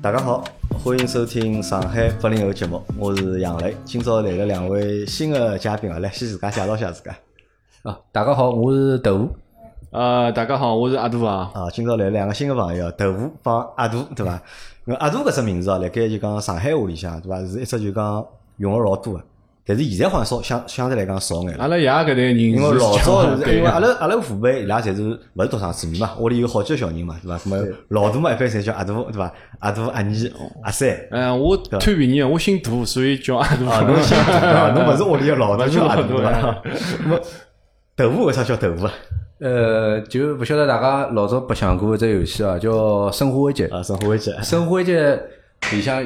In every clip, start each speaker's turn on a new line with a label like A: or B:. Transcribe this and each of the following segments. A: 大家好，欢迎收听上海八零后节目，我是杨磊。今朝来了两位新的嘉宾啊，来先自家介绍下自家
B: 啊，大家好，我是豆腐。
C: 呃，大家好，我是阿杜啊。
A: 啊。今朝来了两个新的朋友，豆腐帮阿杜，对伐？那阿杜搿只名字啊，辣盖就讲上海话里向，对伐？是一直就讲用了老多的，但是现在好像少相相对来讲少眼了。
C: 阿拉爷搿代人是
A: 因为老早是因
C: 对
A: 为阿拉阿拉父辈伊拉侪是勿是独生子女嘛，屋里有好几个小人嘛，对伐？什么老大嘛一般侪叫阿杜，对伐？阿杜、阿二、阿三。
C: 嗯，我贪便宜，我姓杜，所以叫阿杜。
A: 啊，侬姓杜 啊，侬勿是屋里个老大，啊
C: 勿是
A: 叫阿
C: 老
A: 杜
C: 大
B: 啊
A: 伐？么豆腐为啥叫豆腐啊？
B: 呃，就勿晓得大家老早白相过一只游戏啊，叫《生化危机》。
A: 啊，生活危机
B: 《生化危机》里向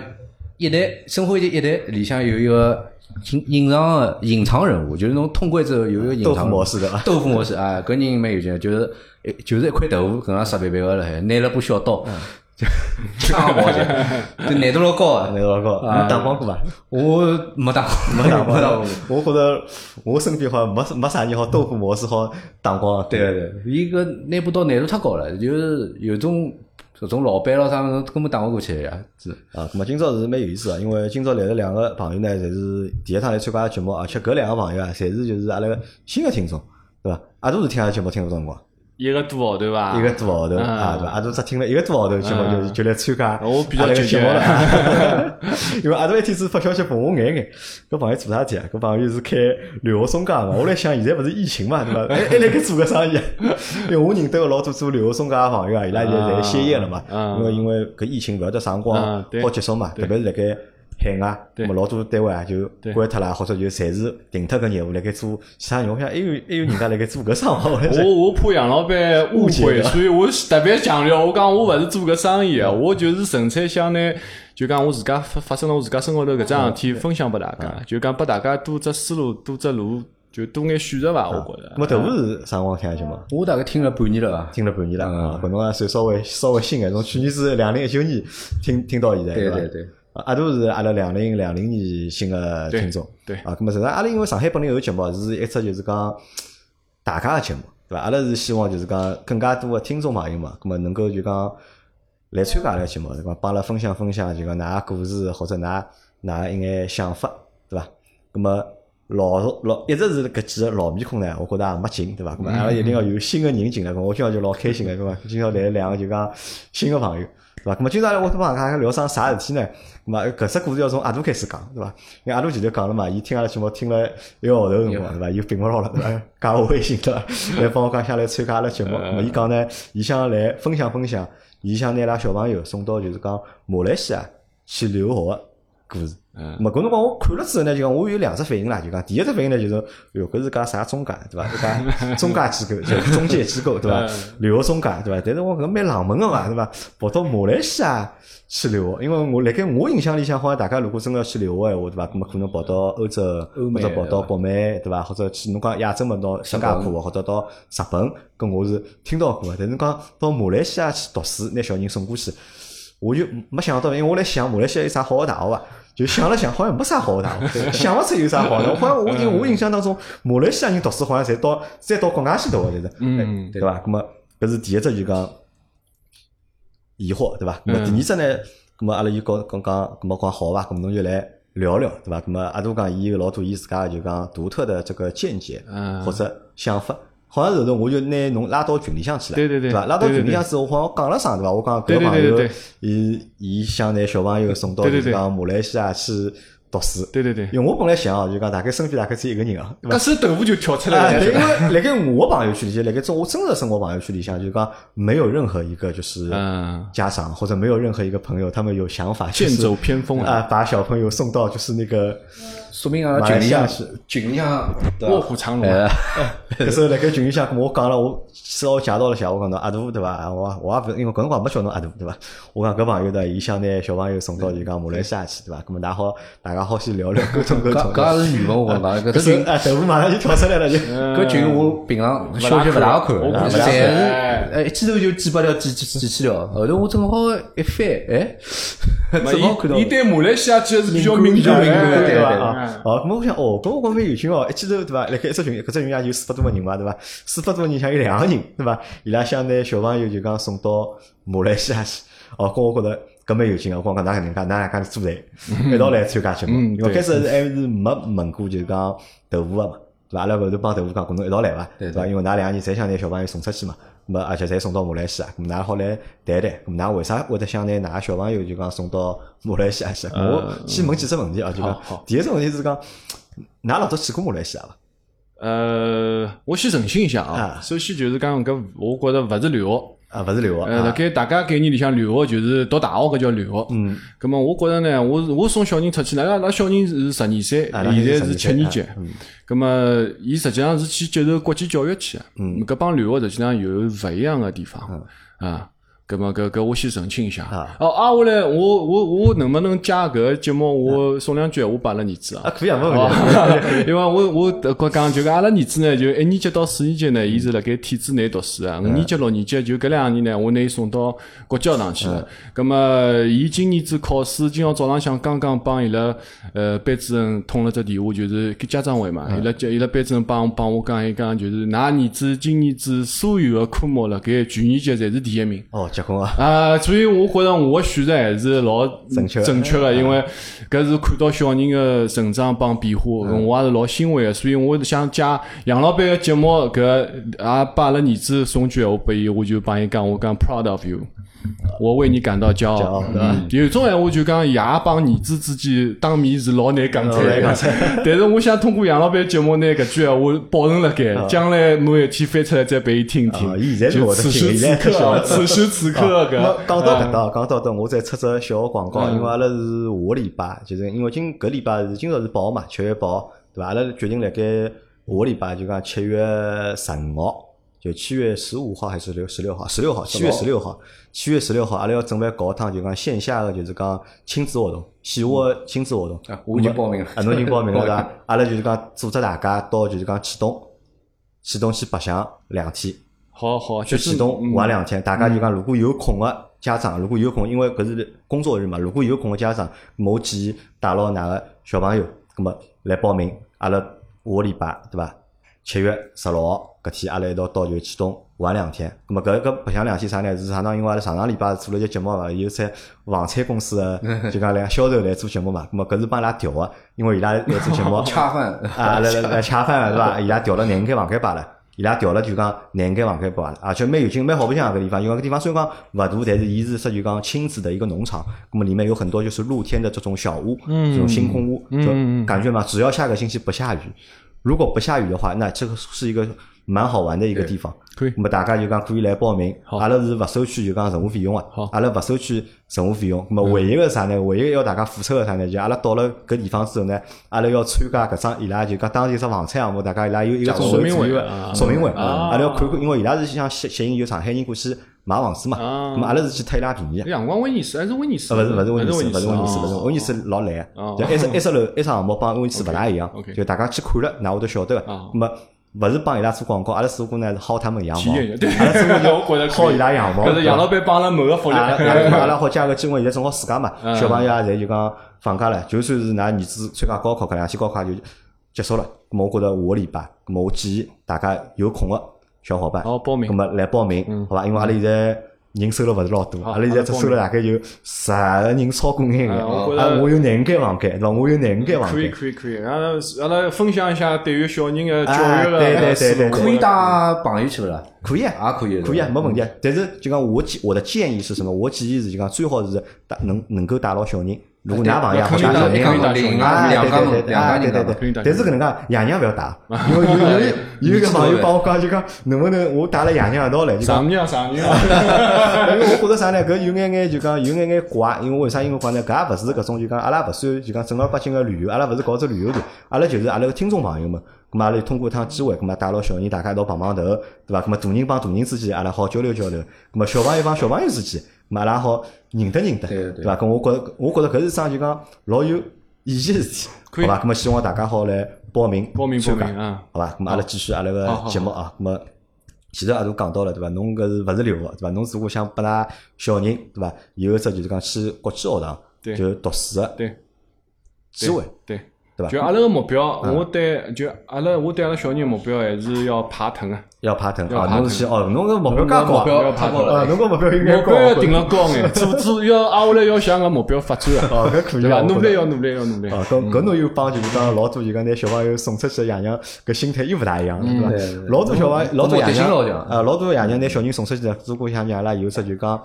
B: 一代，《生化危机》一代里向有一个隐隐藏的隐藏人物，就是侬通关之后有一个隐
A: 豆腐
B: 藏
A: 模式对伐？
B: 豆腐模式啊，搿人蛮有劲的，就是一就是一块豆腐，搿样直白白个辣海，拿了把小刀，
A: 嗯
B: 就枪跑去，就难度老高啊
A: 那。个老高，侬打光过伐？
B: 我没打，
A: 没打
B: 没打过
A: 光。，我觉着我身边好像没没啥人好豆腐模式好打啊光。
B: 对啊对对，伊搿拿把刀难度太高了，就是有种搿种老板咯啥物事根本打勿过去呀。是
A: 啊，咁么今朝是蛮有意思啊个，因为今朝来了两个朋友呢，侪是第一趟来参加节目，而且搿两个朋友啊，侪是就是阿拉个新个听众，对伐？阿杜是听阿拉节目听了多少辰光？
C: 一个哦多号头伐？
A: 一个多号头
C: 嗯
A: 啊，对伐？阿杜只听了一个多号头节目就
C: 嗯
A: 就来参加
C: 我比较
A: 阿拉个
C: 纠
A: 节
C: 结
A: 目了， 因为阿杜一天子发消息问我眼眼，搿朋友做啥事体啊？搿朋友是开旅游松假个，我来想现在勿是疫情嘛，对 伐？还还辣盖做个生意啊， 因为我认得个老多做旅游松假个朋友啊，伊拉现在侪歇业了嘛，
C: 嗯
A: 因为因为搿疫情勿晓得啥辰光啊
C: 嗯对
A: 好结束嘛，特
C: 对
A: 别是辣盖。海外，
C: 对
A: 么老多单位啊就
C: 对
A: 关脱啦，或者就暂时停脱搿业务，辣盖做其他业务。我想还有还有人家辣盖做搿生 活，我来想
C: 我 我怕杨老板误
A: 误解
C: 会，
A: 了嗯
C: 所以我特别强调，我讲我勿是做搿生意的，我就是纯粹想拿，就讲我自家发发生了我自家生活头搿桩事
A: 嗯
C: 体分享拨大家，就讲拨大家多只思路，多只路，就多眼选择伐？我觉着。
A: 咾么豆腐是啥辰光听的节目？
B: 我大概听了半年了吧。
A: 听了半年了
B: 嗯
A: 啊，搿侬也算稍微稍微新个，从去年是两零一九年听听到现在，
B: 对
A: 伐
B: 对。对，
A: 啊阿杜是阿拉两零两零年新个听众，
C: 对对
A: 啊，咁么实际上阿拉因为上海本来有节目是一只就是讲大家个节目，对伐？阿拉是希望就是讲更加多个听众朋友嘛，咁么能够就讲来参加阿拉节目，对伐？帮阿拉分享分享，就讲㑚故事或者㑚㑚一眼想法，对伐？咁么老老一直是搿几个老面孔呢，我觉着也没劲，对伐？咁么阿拉一定要有新个人进来，咁我今朝就老开心个，咁么今朝来了两个就讲新个朋友。对伐？哎咁么今朝我跟帮大家聊桩啥事体呢？咁啊，搿只故事要从阿杜开始讲，对伐？因为阿杜前头讲了嘛，伊听阿拉节目听了一个号头辰光，对伐？伊并勿牢了，对伐？加我微信对伐？来帮我讲想来参加阿拉节目。咁么伊讲呢，伊想来分享分享，伊想拿伊拉小朋友送到就是讲马来西亚去留学个故事。
C: 嗯
A: 咁么搿辰光我看了之后呢，就讲我有两只反应啦，就讲第一只反应呢就是，哟，搿是家啥中介对伐？一家中介机构，就是中介机构对伐
C: 嗯？
A: 留学中介对伐？但是我搿蛮冷门个嘛对伐？跑到马来西亚去留学，因为我辣盖我印象里向好像大家如果真个要去留学个闲话对伐？搿么可能跑到欧洲，
B: 欧
A: 或
B: 美
A: 者跑到
B: 对伐
A: 北美对伐？或者去侬讲亚洲嘛到新加坡或者到日本，搿我是听到过个，但是侬讲到马来西亚去读书，拿小人送过去。我就没想到，因为我来想马来西亚有啥好的大学啊，就想了想，好像没啥好的 大学，想勿出有啥好的。好像我因
C: 嗯
A: 为我印象当中，马来西亚人读书好像侪到侪到国外去读的，就是，哎
C: 嗯
A: 对伐？那么搿是第一只就讲疑惑，对伐？那么
C: 嗯
A: 第二只呢，那么阿拉就讲讲讲，那么讲好伐？那么侬就来聊聊，对伐？那么阿杜讲，伊有老多伊自家的就讲独特的这个见解
C: 嗯
A: 或者想法。好像后头我就拿侬拉到群里向去了，
C: 对对对
A: 伐？拉到
C: 对对
A: 群里
C: 对
A: 向去，我好像讲了啥，对伐？我讲搿
C: 对
A: 个
C: 对
A: 朋
C: 对
A: 友
C: 对对，
A: 伊伊想拿小朋友送到
C: 对
A: 就
C: 对
A: 是
C: 对
A: 讲马来西亚去读书。
C: 对对对，
A: 因为我本来想哦，就讲大概身边大概只有一个人 啊，对伐
C: 搿时豆腐就跳出
A: 啊，
C: 来了
A: 对，。因为辣盖我朋友圈里向，辣盖中我真实生活朋友圈里向，就是讲没有任何一个就是
C: 嗯
A: 家长或者没有任何一个朋友，他们有想法就是
C: 剑走偏锋
A: 啊
C: 啊，
A: 把小朋友送到就是那个
B: 说明阿
A: 马
B: 拉
A: 来
B: 群
A: 西
B: 里啊
A: 亚
B: 向
A: 去。
B: 群里 向
C: 卧虎藏龙啊。
B: 呃，
A: 搿时候辣盖群里向，我讲了，我稍微介绍了一下，我讲到阿杜对伐？啊我我也勿因为搿辰光没叫侬阿杜对伐？ 我讲搿朋友呢，伊想拿小朋友送到就讲马来西亚去对伐？搿么大家好，大家好先聊聊沟通沟
B: 搿
A: 通。
B: 搿也是女文，我跟侬 讲，
A: 搿
B: 搿
A: 是嗯
B: 群
A: 啊，豆腐马上就跳出来 了就。
B: 搿群我平常消息勿大看，
C: 我
A: 估计
B: 侪
C: 是
B: 是呃一记头就几百条几几几千条，后头我正好一翻，哎， 正好看到
C: 伊伊对马来西亚其实是比较呃敏
B: 感
C: 感
B: 敏感
C: 的，
A: 对
B: 对
A: 伐？
B: 对
A: 啊，哦，咁我想，哦，咁我觉着蛮有劲哦，一记头对伐？辣盖一只群，搿只群也有四百多个人嘛，对伐？四百多个人，像有两个人对伐？伊拉想拿小朋友就讲送到马来西亚去，哦，咁我觉着搿蛮有劲个。我讲㑚搿能介，㑚两家 组队一道来参加节目，
C: 嗯
A: 因为
C: 对
A: 开始还是没问过就是讲豆腐个嘛，对伐？阿拉后头帮豆腐讲，搿侬一道来伐？
B: 对
A: 对
B: 对
A: 伐？因为㑚两个人侪想拿小朋友送出去嘛，咾么而且侪送到马来西亚，咾㑚好来谈谈，咾㑚为啥会得想拿㑚小朋友就讲送到马来西亚去？我先问几只问题啊，就讲
C: 好好
A: 第一只问题是讲，㑚老早去过马来西亚伐？
C: 呃，我先澄清一下啊
A: 啊，
C: 首先就是讲搿，我觉着勿是留学。
A: 啊，勿是留学
C: 呃，辣
A: 啊，
C: 盖大家概念里向留学就是读大学哦搿叫留学。
A: 嗯。
C: 咁么我觉着呢，我我送小人出去，那拉那小人是十二岁，现
A: 啊那现在
C: 在是七年级
A: 12岁啊嗯。
C: 咁么伊实际上是去接受国际教育去的。
A: 嗯
C: 搿帮留学实际上有勿一样的地方啊。咁么搿搿我先澄清一下。
A: 啊
C: 哦，啊，我来，我我我能不能借搿个节目，
A: 啊
C: 我送两句闲话拨阿拉儿子啊
A: 啊，？可以啊，没问 题。
C: 因为我我我讲就讲阿拉儿子呢，就一年级到四年级呢，伊是辣盖体制内读书啊。五年级、六年级就搿两年呢，我拿伊送到国教堂去了。葛么，伊今年子考试，今朝早浪向刚刚帮伊拉呃班主任通了只电话，就是给家长会嘛。伊拉家伊拉班主任帮帮我讲，伊讲就是㑚儿子今年子所有的科目辣盖全年级侪是第一名。
A: 哦，结棍啊！
C: 啊，所以我觉着我的选择还是老
A: 正确哎
C: 正确的，因为搿是看到小人的成长帮变化，
A: 嗯
C: 我也是老欣慰的。所以我想借杨老板的节目，搿也把阿拉儿子送句闲话拨伊，我就帮伊讲，我讲 proud of you，我为你感到骄
A: 骄傲
C: 傲，
A: 对吧
C: 嗯有种闲话就讲爷帮儿子之间当面是老难讲出来
A: 老难讲
C: 的
A: 出，
C: 但是我想通过杨老板的节目呢，搿句闲话保存辣盖，将来某一天翻出来再拨伊听听
A: 嗯啊。现在是
C: 就
A: 我的
C: 此时
A: 心
C: 此
A: 现在
C: 刻啊，
A: 是
C: 此时此刻嗯搿。
A: 啊那讲到搿搭，讲到搿，我再出只小广告，因为阿拉是下个礼拜，就是因为今搿礼拜是今朝是八号嘛，七月八号，对伐？阿拉决定辣盖下个礼拜就讲七月十五号，就七月十五号还是六十六号？十六号，七月十六号，七月十六号，阿拉要准备搞一趟就讲线下的就是讲亲子活动，线下的亲子活动。
B: 啊我已经报名了。
A: 嗯啊，侬已经报名了对 伐？阿拉就是讲组织大家到就是讲启东，启东去白相两天。
C: 好好，就
A: 去
C: 是
A: 启东
C: 嗯
A: 玩两天，大家就讲如果有空个家长，如果有空，因为搿是工作日嘛，如果有空个家长，我建议带牢㑚个小朋友，葛末来报名，阿拉下个礼拜对伐？七月十六号搿天，阿拉一道到就启东玩两天。葛末搿搿白相两天啥呢？是相当因为阿拉上上礼拜做了一节节目嘛，有在房产公司 个就讲来销售来做节目嘛，葛末搿是帮伊拉调个，因为伊拉来做节
C: 哦
A: 目
B: 恰饭
A: 啊，来来来吃饭了是伐？伊拉调了廿五间房间罢了，伊拉调了就讲廿五间房间罢了，而且蛮有劲，蛮好白相搿地方，因为搿地方虽然讲勿大，但是伊是涉及讲亲子的一个农场，那么里面有很多就是露天的这种小屋，这种星空屋，就感觉嘛，只要下个星期不下雨，如果不下雨的话，那这个是一个蛮好玩的一个地方。
C: 可以
A: 那么大家就讲可以来报名，
C: 好
A: 阿拉是勿收取就讲任何费用啊
C: 好，嗯
A: 阿拉勿收取任何费用。那么唯一个啥呢？唯一要大家付出个啥呢？就阿拉到了搿地方之后呢，阿拉要参加搿张伊拉就讲当地一只房产项目，大家伊拉有一个钟头
C: 说明
A: 左右
C: 会
A: 个
C: 啊
A: 说明会，
C: 啊
A: 阿拉要看看，因为伊拉是想吸吸引有上海人过去买房子嘛，
C: 啊
A: 那么阿拉是去贪伊拉便宜啊。
C: 阳光威尼斯还是威尼斯？
A: 啊，勿是勿是威尼斯，勿是威尼斯，
C: 哦
A: 勿是威尼斯老难
C: 哦
A: 啊！就 S S 楼 S 项目帮威尼斯勿大一样
C: OK，OK，
A: 就大家去看了，那我都晓得个。
C: 哦
A: 那么勿是帮伊拉做广告，阿拉只不过呢是薅他们羊
C: 体
A: 毛，
C: 验一下，对，
A: 阿拉只不过
C: 我 觉着
A: 薅伊拉羊毛。
C: 搿是
A: 对伐
C: 杨老板帮了某个福利
A: 阿。拉阿拉阿拉好借个机会，现在正好暑假嘛，
C: 嗯
A: 小朋友啊侪就讲放假了，就算是㑚儿子参加高考，搿两天高考就结束了。咁么我觉着下个礼拜，咁么我建议大家有空个小伙伴，
C: 好报名嗯
A: 咁么来报名，好伐？因为阿拉现在人收入勿是老多，
C: 好
A: 阿拉现在只收入
C: 阿
A: 大概有十个人超过眼眼。
C: 啊我觉
A: 啊，
C: 着
A: 我有廿五间房间，对伐？我有廿五间房
C: 可以
A: 间。
C: 可以可以，阿拉阿拉分享一下对于小人的教
A: 啊
C: 育的
A: 对对对对对
B: 可以带朋友去勿啦？
A: 可以
B: 也
A: 啊，
B: 可以，
A: 可以啊，没问题啊。但是就讲我建我的建议是什么？我建议是就讲最好是带能能够带牢小人。如果㑚朋友
B: 也
C: 啊
A: 好
B: 可以
A: 带小
B: 打，
A: 人
B: 也，可以打，两家
A: 对
B: 两
A: 对
B: 家
A: 啊对对
B: 人家
A: 对
B: 嘛。
A: 对对。但是搿能介爷娘勿要 带，因为有有有有一个朋友帮我讲，就讲能不能我带了爷娘一道来，就讲
C: 丈母娘丈母
A: 啊
C: 娘，
A: 因为我觉着啥呢？搿有眼眼就讲有眼眼怪，因为为啥？因为讲呢，搿也勿是搿种就讲阿拉勿算就讲正儿八经个旅游，阿拉勿是搞只旅游团，阿拉就是阿拉个听众朋友们，咁嘛阿拉通过一趟机会，咁嘛带牢小人大家一道碰碰头，对伐？咁嘛大人帮大人之间阿拉好交流交流，咁嘛小朋友帮小朋友之间，咁嘛阿拉好认得认得，
B: 对对
A: 对伐？咁我觉着我觉着搿是桩就讲老有意义个事
C: 可
A: 体，
C: 以
A: 好伐？咁嘛希望大家好来报名
C: 报名报
A: 参加
C: 名啊！
A: 好吧？咁阿拉继续阿拉个节目啊，咁么。前头也都讲到了，对伐？侬搿是勿是留学，对伐？侬如果想拨㑚小人，对伐？有一只就是讲去国际学堂
C: 对
A: 就读书个
C: 对
A: 机会，
C: 对，
A: 对伐？
C: 就阿拉个目标，
A: 啊
C: 我对就阿拉我对阿拉小人目标还是要爬腾啊，
A: 要爬藤
C: 要
A: 啊，
C: 爬
A: 侬是哦，侬个目标介
B: 目
A: 高
B: 标
A: 啊，
C: 要
B: 太
C: 爬
B: 高
C: 高
A: 啊
B: 了，
A: 侬个目标应该
C: 目
A: 高
C: 标
A: 啊。
C: 要定了高眼，做做要挨下来要向个目标发展啊，
A: 哦，搿可以
C: 对伐？
A: 啊，
C: 努
A: 我觉
C: 力
A: 得
C: 要努力要努力。
A: 啊，搿搿侬
B: 嗯
A: 又帮就是讲老多就讲拿小朋友送出去的爷娘搿心态又勿大一样了，
B: 嗯对
A: 对伐
B: 对对？嗯
A: 老多小朋友，老多
B: 目
A: 爷
B: 的性老强
A: 娘啊，老多爷娘拿小人送出去的，如果像伢拉有只就讲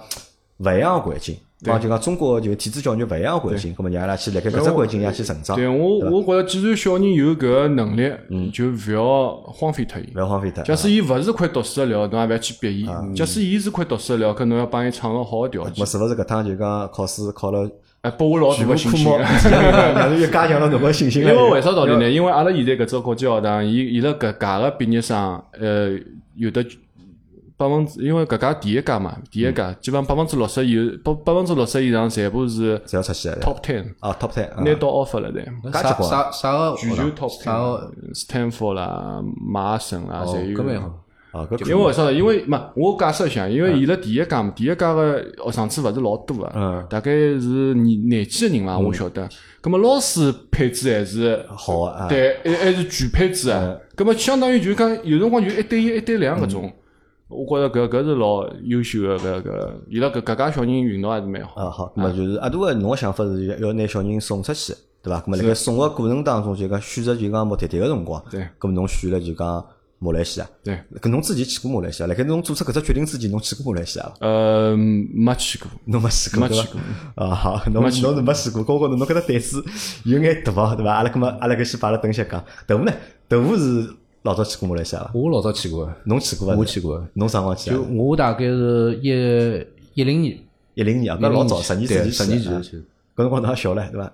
A: 勿一样的环境，帮就讲中国就体制教育勿一样的环境，葛末伢拉去辣盖搿只环境下去成长，
C: 对
A: 勿
C: 我，我觉着既然小人有搿个能力，就勿要荒废脱伊。
A: 要荒废脱。
C: 假使伊勿是快读书的料，侬也勿要去逼伊；假使伊是快读书的料，搿侬要帮伊创个好个条
A: 么
C: 件，
A: 是勿是搿趟就讲考试考 了
C: 哎，拨我老大
A: 全部
C: 个信
A: 科
C: 心
A: 目，。让侬又加强了侬个信心
C: 因
A: 了。
C: 为为啥道理呢？因为阿拉现在搿只国际学堂，伊伊拉搿届个毕业生，呃，有的百分之，因为搿届第一届嘛，第一届基本上百分之六十以百百分之六十以上，全部是
A: 侪要出去的
C: top ten，
A: 啊，top ten 啊
C: 拿到 offer 了对。
A: 介结
B: 啥
A: 棍
B: 啥啥个
C: 全
B: 学
C: 球
B: 堂
C: top
B: 啥个
C: ten，Stanford 啦、麻省啦，
B: 哦
C: 侪，有
B: 搿。蛮好。
A: 啊，搿可以
C: 因为为啥呢？因为嘛，我解释一下，因为伊拉第一届嘛，第一届个学生子勿是老多
A: 嗯
C: 个，大概是廿廿几个人伐，我晓得。葛么老师配置还是
A: 好啊，嗯
C: 对，还还是全配置啊。葛么相当于就是讲，有辰光就一对一、一对两搿种。我觉着搿搿是老优秀个搿搿，伊拉搿搿家小人运动还是蛮好。
A: 啊，好，那么就是阿杜个侬个想法是要要拿小人送出去，对伐？那么辣盖送个过程当中，就讲选择就讲目的地个辰光，
C: 对
A: 那么侬选了就讲马来西亚，
C: 对，
A: 搿侬之前去过马来西亚，辣盖侬做出搿只决定之前，侬去过马来西亚伐？
C: 呃，没去过，
A: 侬没去过
C: 没
A: 对伐
C: 去 过？
A: 啊，好，侬侬是没去过，高高头侬搿只胆子有眼大啊，对伐？阿拉搿么阿拉搿先摆辣等歇讲，豆腐呢？豆腐是老早去过马来西亚伐？
B: 我老早去过，
A: 侬去过伐？
B: 我去过，
A: 侬啥辰光去啊？
B: 就我大概是一一零年，
A: 一零年啊，搿老早，十
B: 10
A: 年
B: 年
A: 前去
B: 对十
A: 的
B: 年前
A: 啊
B: 去的。
A: 搿辰光侬还小唻，对伐？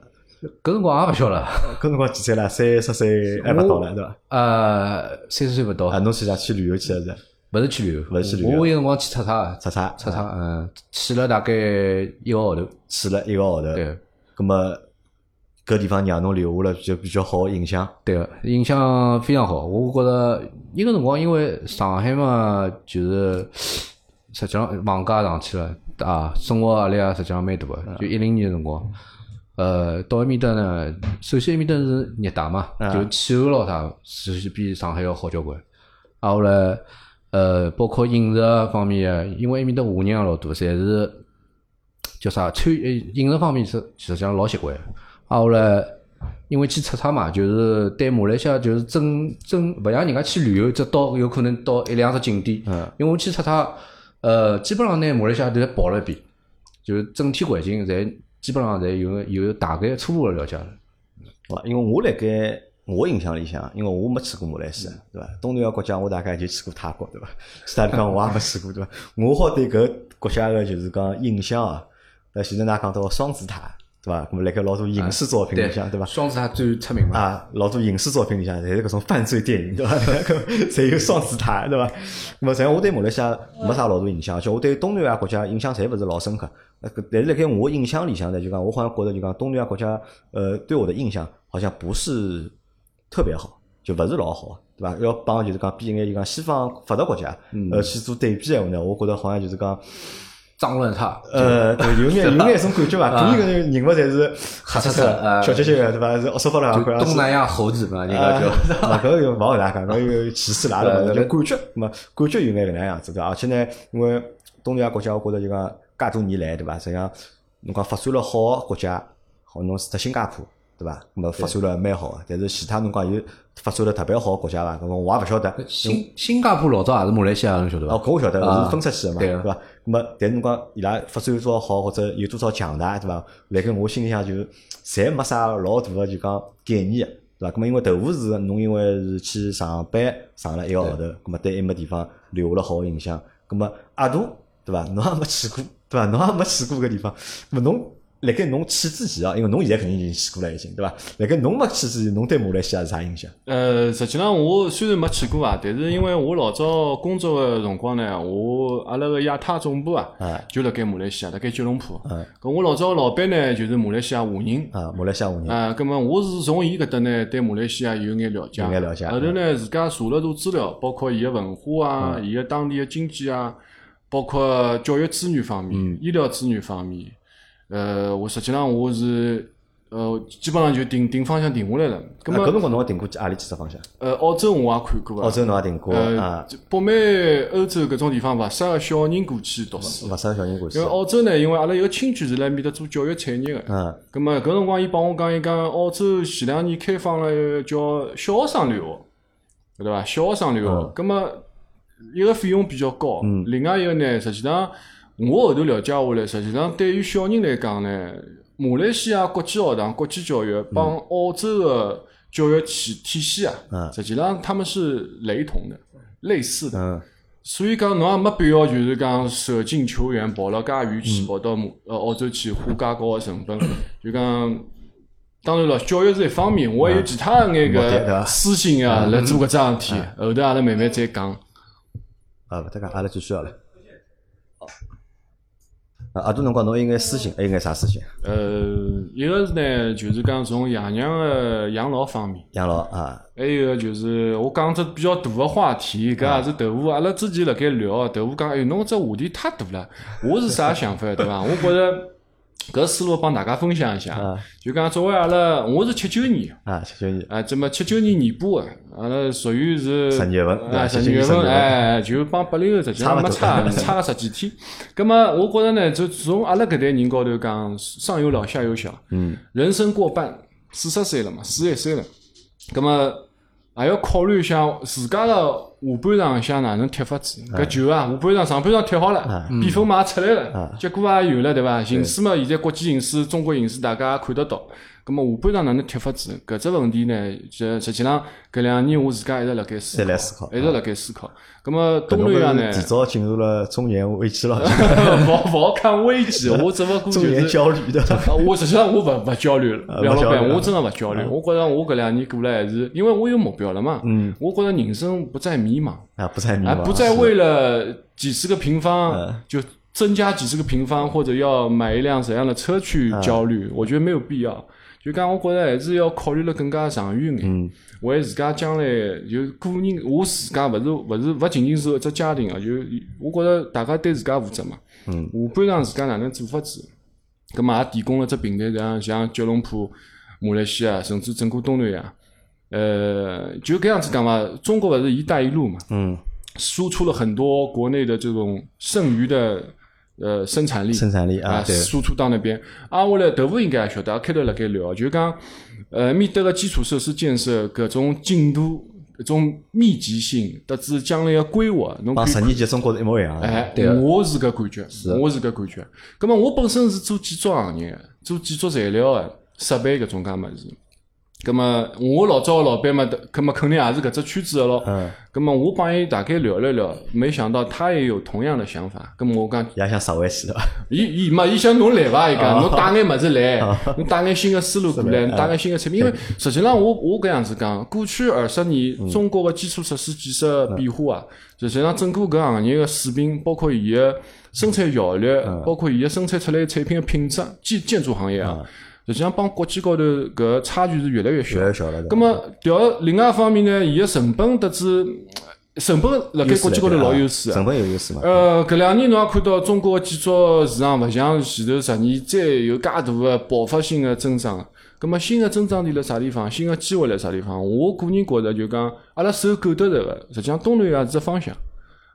B: 搿辰光也勿小了，
A: 搿辰光几岁啦？三十岁还勿到唻，对伐？
B: 呃，三十岁勿到
A: 啊，，侬去啥去旅游去了是？
B: 勿是去旅游，
A: 勿是去旅游
B: 我有辰光去出差，
A: 出差
B: 出差，嗯，去了大概一个号头，
A: 去了一个号头，
B: 对
A: 葛么搿地方让侬留下了比较比较好的印象。
B: 对个，印象非常好。我觉着一个辰光，因为上海嘛，就是实际上房价上去了啊，生活压力啊，实际上蛮大个。就一零年个辰光，呃，到埃面搭呢，首先埃面搭是热带嘛，就气候咯啥，首先比上海要好交关。啊，后来呃，包括饮食啊方面啊，因为埃面搭华人也老多，侪是叫啥餐呃饮食方面是实际上老习惯的。啊，后来因为去出差嘛，就是对马来西亚就是真真勿像人家去旅游，只到有可能到一两只景点。
A: 嗯，
B: 因为我去出差，呃，基本上拿马来西亚都跑了一遍，就是整体环境侪基本上侪有有大概初步的了解了。
A: 哇，因为我辣盖我印象里向，因为我没去过马来西亚，对伐？东南亚国家我大概就去过泰国，对伐？其他地方我也没去过，对伐？我好对搿国家个就是讲印象啊，那现在㑚讲到双子塔，对伐？葛么辣盖老多影视作品里向，对伐？
B: 双子塔最出名嘛，
A: 啊，老多影视作品里向侪是搿种犯罪电影， 对伐？侪有双子塔，对伐？那么实际上我对马来西亚没啥老大印象，而且我对东南亚国家印象侪勿是老深刻。呃搿但是辣盖我印象里向呢，就讲我好像觉得就讲东南亚国家，呃，对我的印象好像不是特别好，就勿是老好，啊对伐？要帮就是讲比一眼就讲西方发达国家，
B: 嗯
A: 呃，去做对比闲话呢，我觉得好像就是讲。
B: 脏乱差。
A: 呃，对，有 眼有眼种感觉伐？
B: 啊
A: 故意搿人人物侪是黑
B: 黑
A: 漆
B: 漆漆 啊
A: 小结结个，对伐？是说法了
B: 就
A: 好像
B: 东
A: 是
B: 南亚猴子嘛，人
A: 啊
B: 家叫，
A: 啊，搿又勿好大讲，搿又歧视啦，对伐？呃就感觉，那么感觉有眼搿能样子对伐？而且呢，因为东南亚国家，我觉着就讲介多年来对伐？实际上侬讲发展了好个国家，好侬是脱新加坡对伐？那么发展了蛮好个，但是其他侬讲有发展了特别好个国家伐？搿么我也勿晓得。
B: 新新加坡老早也是马来西亚，侬晓得伐
A: 哦，？搿我晓得，
B: 啊
A: 是分出去个嘛，
B: 对
A: 对
B: 啊
A: 伐？那么，但是侬讲伊拉发展有多少好，或者有多少强大，对伐？辣盖我心里向就侪没啥老大个就讲概念个，对伐？那么因为豆腐是侬因为是去上班上了一个号头，那么对埃面地方留下了好个印象。那么阿杜，对伐？侬也没去过，对伐？侬也没去过搿地方，那么侬。辣盖侬去之前啊，因为侬现在肯定已经去过了，已经对伐？辣盖侬没去之前，侬对马来西亚是啥印象？
C: 呃，实际上我虽然没去过啊，但是因为我老早工作个辰光呢，我阿拉个亚太总部啊，
A: 啊
C: 就辣盖马来西亚，辣盖吉隆坡。
A: 嗯
C: 咁我老早个老板呢，就是马来西亚华人。
A: 啊，马来西亚华人
C: 啊，咁么我是从伊搿搭呢，对马来西亚有眼了解，
A: 有眼了解
C: 后头呢，自家查了查资料，包括伊个文化
A: 嗯
C: 啊，伊个当地个经济啊，包括
A: 嗯
C: 教育资源方面、医疗资源方面，呃，我实际上我是呃，基本上就定定方向定下来了。咁
A: 那啊搿
C: 么，
A: 辰光侬也定过阿里几只方向？
C: 呃，澳洲我也看过啊
A: 澳，洲侬也定过
C: 呃
A: 啊，，
C: 就北美、欧洲搿种地方勿适合小人过去读书。
A: 勿啥小人关系
C: 因为。澳洲呢，因为阿拉有个亲戚是辣埃面搭做教育产业个，
A: 嗯，
C: 咁么搿辰光伊帮我讲，伊讲澳洲前两年开放了一个叫小学生留学，对伐？小学生留学，咁么一个费用比较高，另外一个呢，实际上我后头了解下来，实际上对于小人来讲呢，马来西亚国际学堂、国际教育帮澳洲个教育体体系啊，
A: 嗯
C: 实际上他们是雷同的、类似的。
A: 嗯，
C: 所以讲，侬也没必要就是讲舍近求远，跑了介远去，跑到马呃澳洲去，花介高个成本。就讲，当然了，教育是一方面，我还有其他的眼
A: 目的对
C: 个
A: 吧
C: 私心啊，来做搿桩事体。后头阿拉慢慢再讲。
A: 啊，勿搭界，阿拉继续好了。啊，阿多辰光侬有眼私信，还有眼啥私信？
C: 呃，一个是呢，就是讲从爷娘个养老方面，
A: 养老啊，
C: 还有一个就是我讲只比较大个话题，搿也是豆腐。阿拉之前辣盖聊，豆腐讲，哎，侬这话题太大了。我是啥想法，对伐？我觉着搿思路帮大家分享一下。
A: 啊
C: 就讲作为阿拉，我是七九年
A: 啊，谢谢你。
C: 啊，这么七九年年补的，阿拉属于是
A: 十二月份
C: 啊，
A: 啊
C: 十二
A: 79
C: 月
A: 十二
C: 份，
A: 月份
C: 哎，就帮八零后实际上没
A: 差
C: 差，差个十几天。咁么，我觉着呢，就从阿拉搿代人高头讲，上有老下有小，嗯，人生过半，四十岁了嘛，四十一岁了，咁么还要考虑一下自家个下半场想哪能踢法子。
A: 哎
C: 搿球啊，下半场上半场踢好了，比分嘛也出来
A: 嗯
C: 了，结果也有了，对伐？形势嘛，现在国际形势、中国形势大家也看得到。咁么下半场哪能踢法子？搿只问题呢，实实际上搿两年我自家一直辣盖思
A: 再来
C: 考，
A: 思考
C: 一直辣盖思考。咁么
A: 搿
C: 哦东啊
A: 侬
C: 南亚
A: 勿
C: 呢
A: 是，提早进入了中年危机了，
C: 勿好勿好看危机，我只勿过 就
A: 中年
C: 是。
A: 焦虑的。
C: 啊，我实际上我勿勿焦虑了，
A: 啊嗯
C: 梁
A: 勿
C: 老
A: 焦虑
C: 板，
A: 了
C: 我真的勿焦虑。我觉着我搿两年过来还是，因为我有目标了嘛。嗯，我觉着人生不再迷茫，
A: 啊，不再迷
C: 啊，
A: 茫，
C: 不再为了几十个平方
A: 嗯
C: 就增加几十个平方，或者要买一辆怎样的车去焦
A: 嗯
C: 虑，我觉得没有必要。就讲，我觉着还是要考虑了更加长远
A: 嗯
C: 眼，为自家将来就个人，我自家勿是勿是勿仅仅是一只家庭啊，就我觉着大家对自家负责嘛。嗯，下半场自家哪能做法子？咁啊么也提供了只平台，像像吉隆坡、马来西亚，甚至整个东南亚。呃，就搿样子讲嘛，中国勿是“一带一路”嘛，
A: 嗯，
C: 输出了很多国内的这种剩余的呃生产力，
A: 生产力
C: 啊，
A: 啊，对，
C: 输出到那边。挨下来，豆腐应该也晓得，啊开头辣盖聊，就讲呃，面搭个基础设施建设搿种进度、搿种密集性，得至将来个规划，侬
A: 帮
C: 可以
A: 十年前中国是一模一样啊的。
C: 哎，
B: 对个
C: 我是搿感觉，我是搿感觉。葛么我本身是做建筑行业的，做建筑材料的设备搿种介物事。葛么我老早个老板嘛，葛么肯定也是搿只圈子个咯。
A: 嗯，
C: 葛么我帮伊大概聊了聊，没想到他也有同样的想法。葛么我讲，
A: 也想杀回 去的，
C: 伊伊嘛，伊想侬来伐？伊讲侬带眼物事来，侬带眼新个思路过来，
A: 哦是
C: 侬
A: 的
C: 带眼新个产品。因为实际上我我搿样子讲，过去二十
A: 嗯
C: 年中国个基础设施建设变化啊，实际上整个搿行业个水平，包括伊个生产效率，
A: 嗯
C: 包括伊个生产出来的产品个品质，建建筑行业啊，实际上帮国际高头搿差距是越来越小
A: 嗯越。来越小了。
C: 咁么调另外一方面呢，伊个成本得知成本辣盖国际高头老优势啊。
A: 成本有优势嘛？
C: 呃，搿两年侬也看到中国建筑市场勿像前头十年再有介大个爆发性个增长。葛么新个增长点辣啥地方？新个机会辣啥地方？我个人觉着就讲，阿拉手够得着个，实际上东南亚是只方向。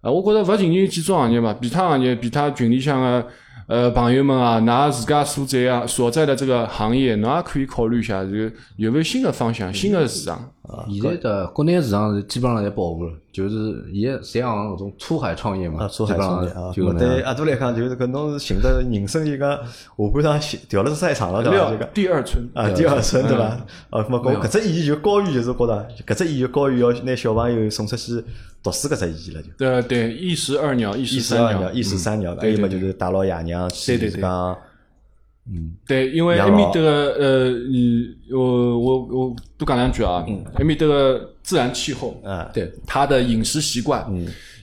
C: 啊，我觉着勿仅仅建筑行业嘛，其他行业，其他群里向个呃朋友们啊，㑚自家所在啊所在的这个行业，侬也可以考虑一下，就有没有新的方向、新的市场。
B: 现在的国内市场是基本上侪饱和了，就是现在侪行搿种出海创业嘛，
A: 啊，
B: 基
A: 出
B: 本
A: 海创业
B: 上
A: 啊，
B: 就
A: 咾
B: 搿能
A: 对
B: 样。
A: 阿杜来讲，就是搿侬是寻得人生一个下半场寻调了是赛场了，嗯对伐？这个
C: 第二春
A: 啊，第二春对伐？
C: 嗯
A: 啊，咾么搿搿只意义就高于就是觉着，搿只意义就高于要拿小朋友送出去读书搿只意义了就。
C: 对呃对，一石二鸟，一
A: 一
C: 石
A: 石
C: 三
A: 二
C: 鸟
A: 鸟，，一石三鸟，还
C: 对
A: 有么
C: 对
A: 就是带牢爷娘去，
C: 对对
A: 就是
C: 对
A: 讲
C: 对，因为埃
A: 养老
C: 面搭个呃，你我我我多讲两句啊，
A: 嗯
C: 埃面搭个自然气候，
A: 啊，嗯
B: 对，
C: 它的饮食习惯，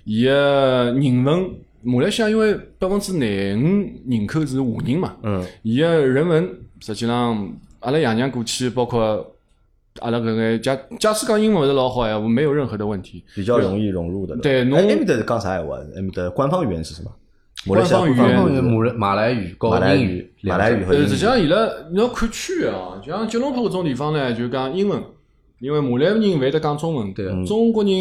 C: 伊个人文，马来西亚因为百分之廿五人口是华人嘛，
A: 嗯，
C: 伊个人文实际上，阿拉爷娘过去，包括阿拉搿眼假假使讲英文勿是老好呀，我没有任何的问题。
A: 比较容易融入的。
C: 对
A: 哎
C: 侬
A: 啊埃面搭是讲啥闲话？埃面搭官方语言是什么？嗯马来西亚
C: 官方
A: 官方
C: 语
B: 方
A: 语
B: 言
A: 言
B: 马来马来语
A: 马
B: 和
A: 来
B: 英语，
A: 马来语和
C: 呃，
A: 英
C: 实际
A: 语，
C: 上伊拉你要看区域啊，就像吉隆坡搿种地方呢，就讲英文，因为马来人勿会得讲中文，
B: 对
C: 中国人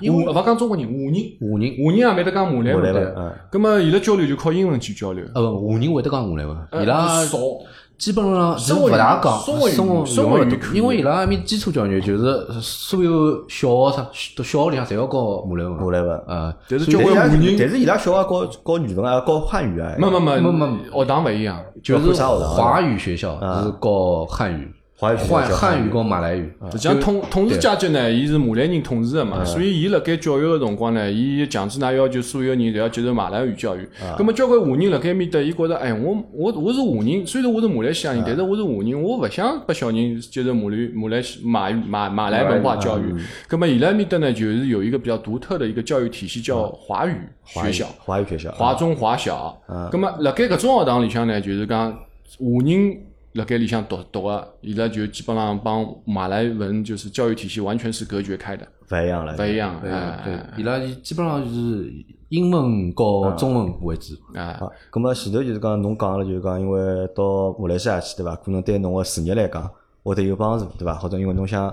B: 英文
C: 华勿讲中国人，华人
B: 华人
C: 华人也勿会得讲马来
A: 马来文
C: 文的，
A: 嗯，
C: 葛么伊拉交流就靠英文去交流，
B: 啊不，华人会得讲马来文，
C: 呃
B: 伊拉
C: 少，
B: 基本上是
C: 生活
B: 勿
C: 语
B: 大讲
C: 生活语
B: 生活
C: 生活
B: 用
C: 语
B: 得
C: 可
B: 多
C: 以
B: 因为伊拉埃面基础教育就是所有小学生到小学里向侪要教马来文，
A: 马来文。
B: 呃，
C: 但是
B: 所
C: 交
B: 以
C: 关
A: 但
C: 华
A: 是伊拉但
C: 人，
A: 是伊拉小孩教教语文啊，教汉语啊，
C: 没没没
B: 没没
C: 学堂勿一样，
B: 就是
A: 要看啥学堂啊
B: 华语学校
A: 啊
B: 是教汉语，
A: 华语学校
B: 汉
A: 教
B: 汉
A: 汉
B: 语
A: 语
B: 跟马来语，
C: 实际上统统治阶级呢，伊是马来人统治的嘛，所以伊辣盖教育个辰光呢，伊强制㑚要求所有人侪要接受马来语教育。咁么交关华人辣盖面搭，伊觉着，哎，我我我是华人，虽然我是马来西亚人，但是我是华人，我勿想拨小人接受马来马来西马语马马来文化教育。咁么伊拉面搭呢，就是有一个比较独特的一个教育体系，叫华语
A: 华
C: 学
A: 语
C: 校。
A: 华语学校，嗯
C: 华中华小。咁么辣盖搿种学堂里向呢，就是讲华人辣盖里向读读个，伊拉就基本上帮马来文就是教育体系完全是隔绝开的，
A: 勿一样了，
C: 勿一样。
B: 对
C: 哎
B: 对，伊拉基本上就是英文和中文为主，
C: 哎，
A: 啊，咁么前头就是讲侬讲了，就是讲因为到马来西亚去对伐？可能对侬个事业来讲会得有帮助对伐？或者因为侬想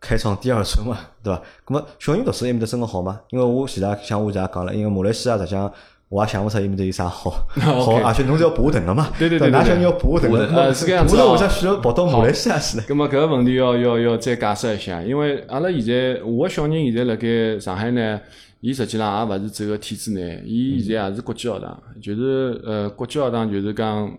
A: 开创第二春嘛对伐？咁么小人读书埃面搭真个好吗？因为我前头像我前头讲了，因为马来西亚实际上我也想勿出埃面搭有啥 好好，
C: OK
A: 而且侬是要爬藤个嘛，
C: 对对对
A: 伐
C: 对
A: 㑚
C: 对
A: 小人要爬藤
C: 我
A: 个，
C: 呃是搿样子
A: 爬藤
C: 啊
A: 为啥需要跑到马来西亚去呢？
C: 咁么搿个问题要要要再解释一下，因为阿拉现在我小人现在辣盖上海呢，伊实际上也勿是只个体制内，伊现在也是国际学堂，就是呃国际学堂就是讲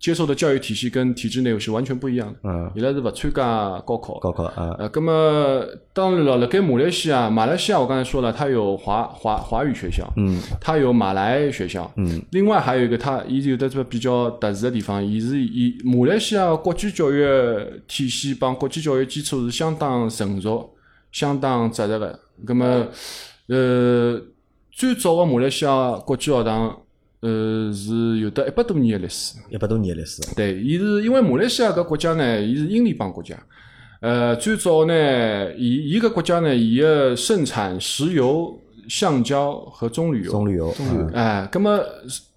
C: 接受的教育体系跟体制内是完全不一样的，
A: 嗯，
C: 伊拉是勿参加高考，
A: 高考啊，
C: 呃，那么当然了，辣盖马来西亚，马来西亚我刚才说了，它有华华华语学校，嗯，它有马来学校，嗯，另外还有一个它，伊有的这比较特殊的地方，伊是以马来西亚国际教育体系帮国际教育基础是相当成熟、相当扎实的。那么，呃，最早的马来西亚国际学堂，呃，是有得一百多年的历史。
A: 一百多年的历史，
C: 对，伊是因为马来西亚搿国家呢，伊是英联邦国家。呃，最早呢，伊伊搿国家呢，伊个盛产石油、橡胶和棕榈油。
A: 棕榈油，嗯
C: 哎，葛么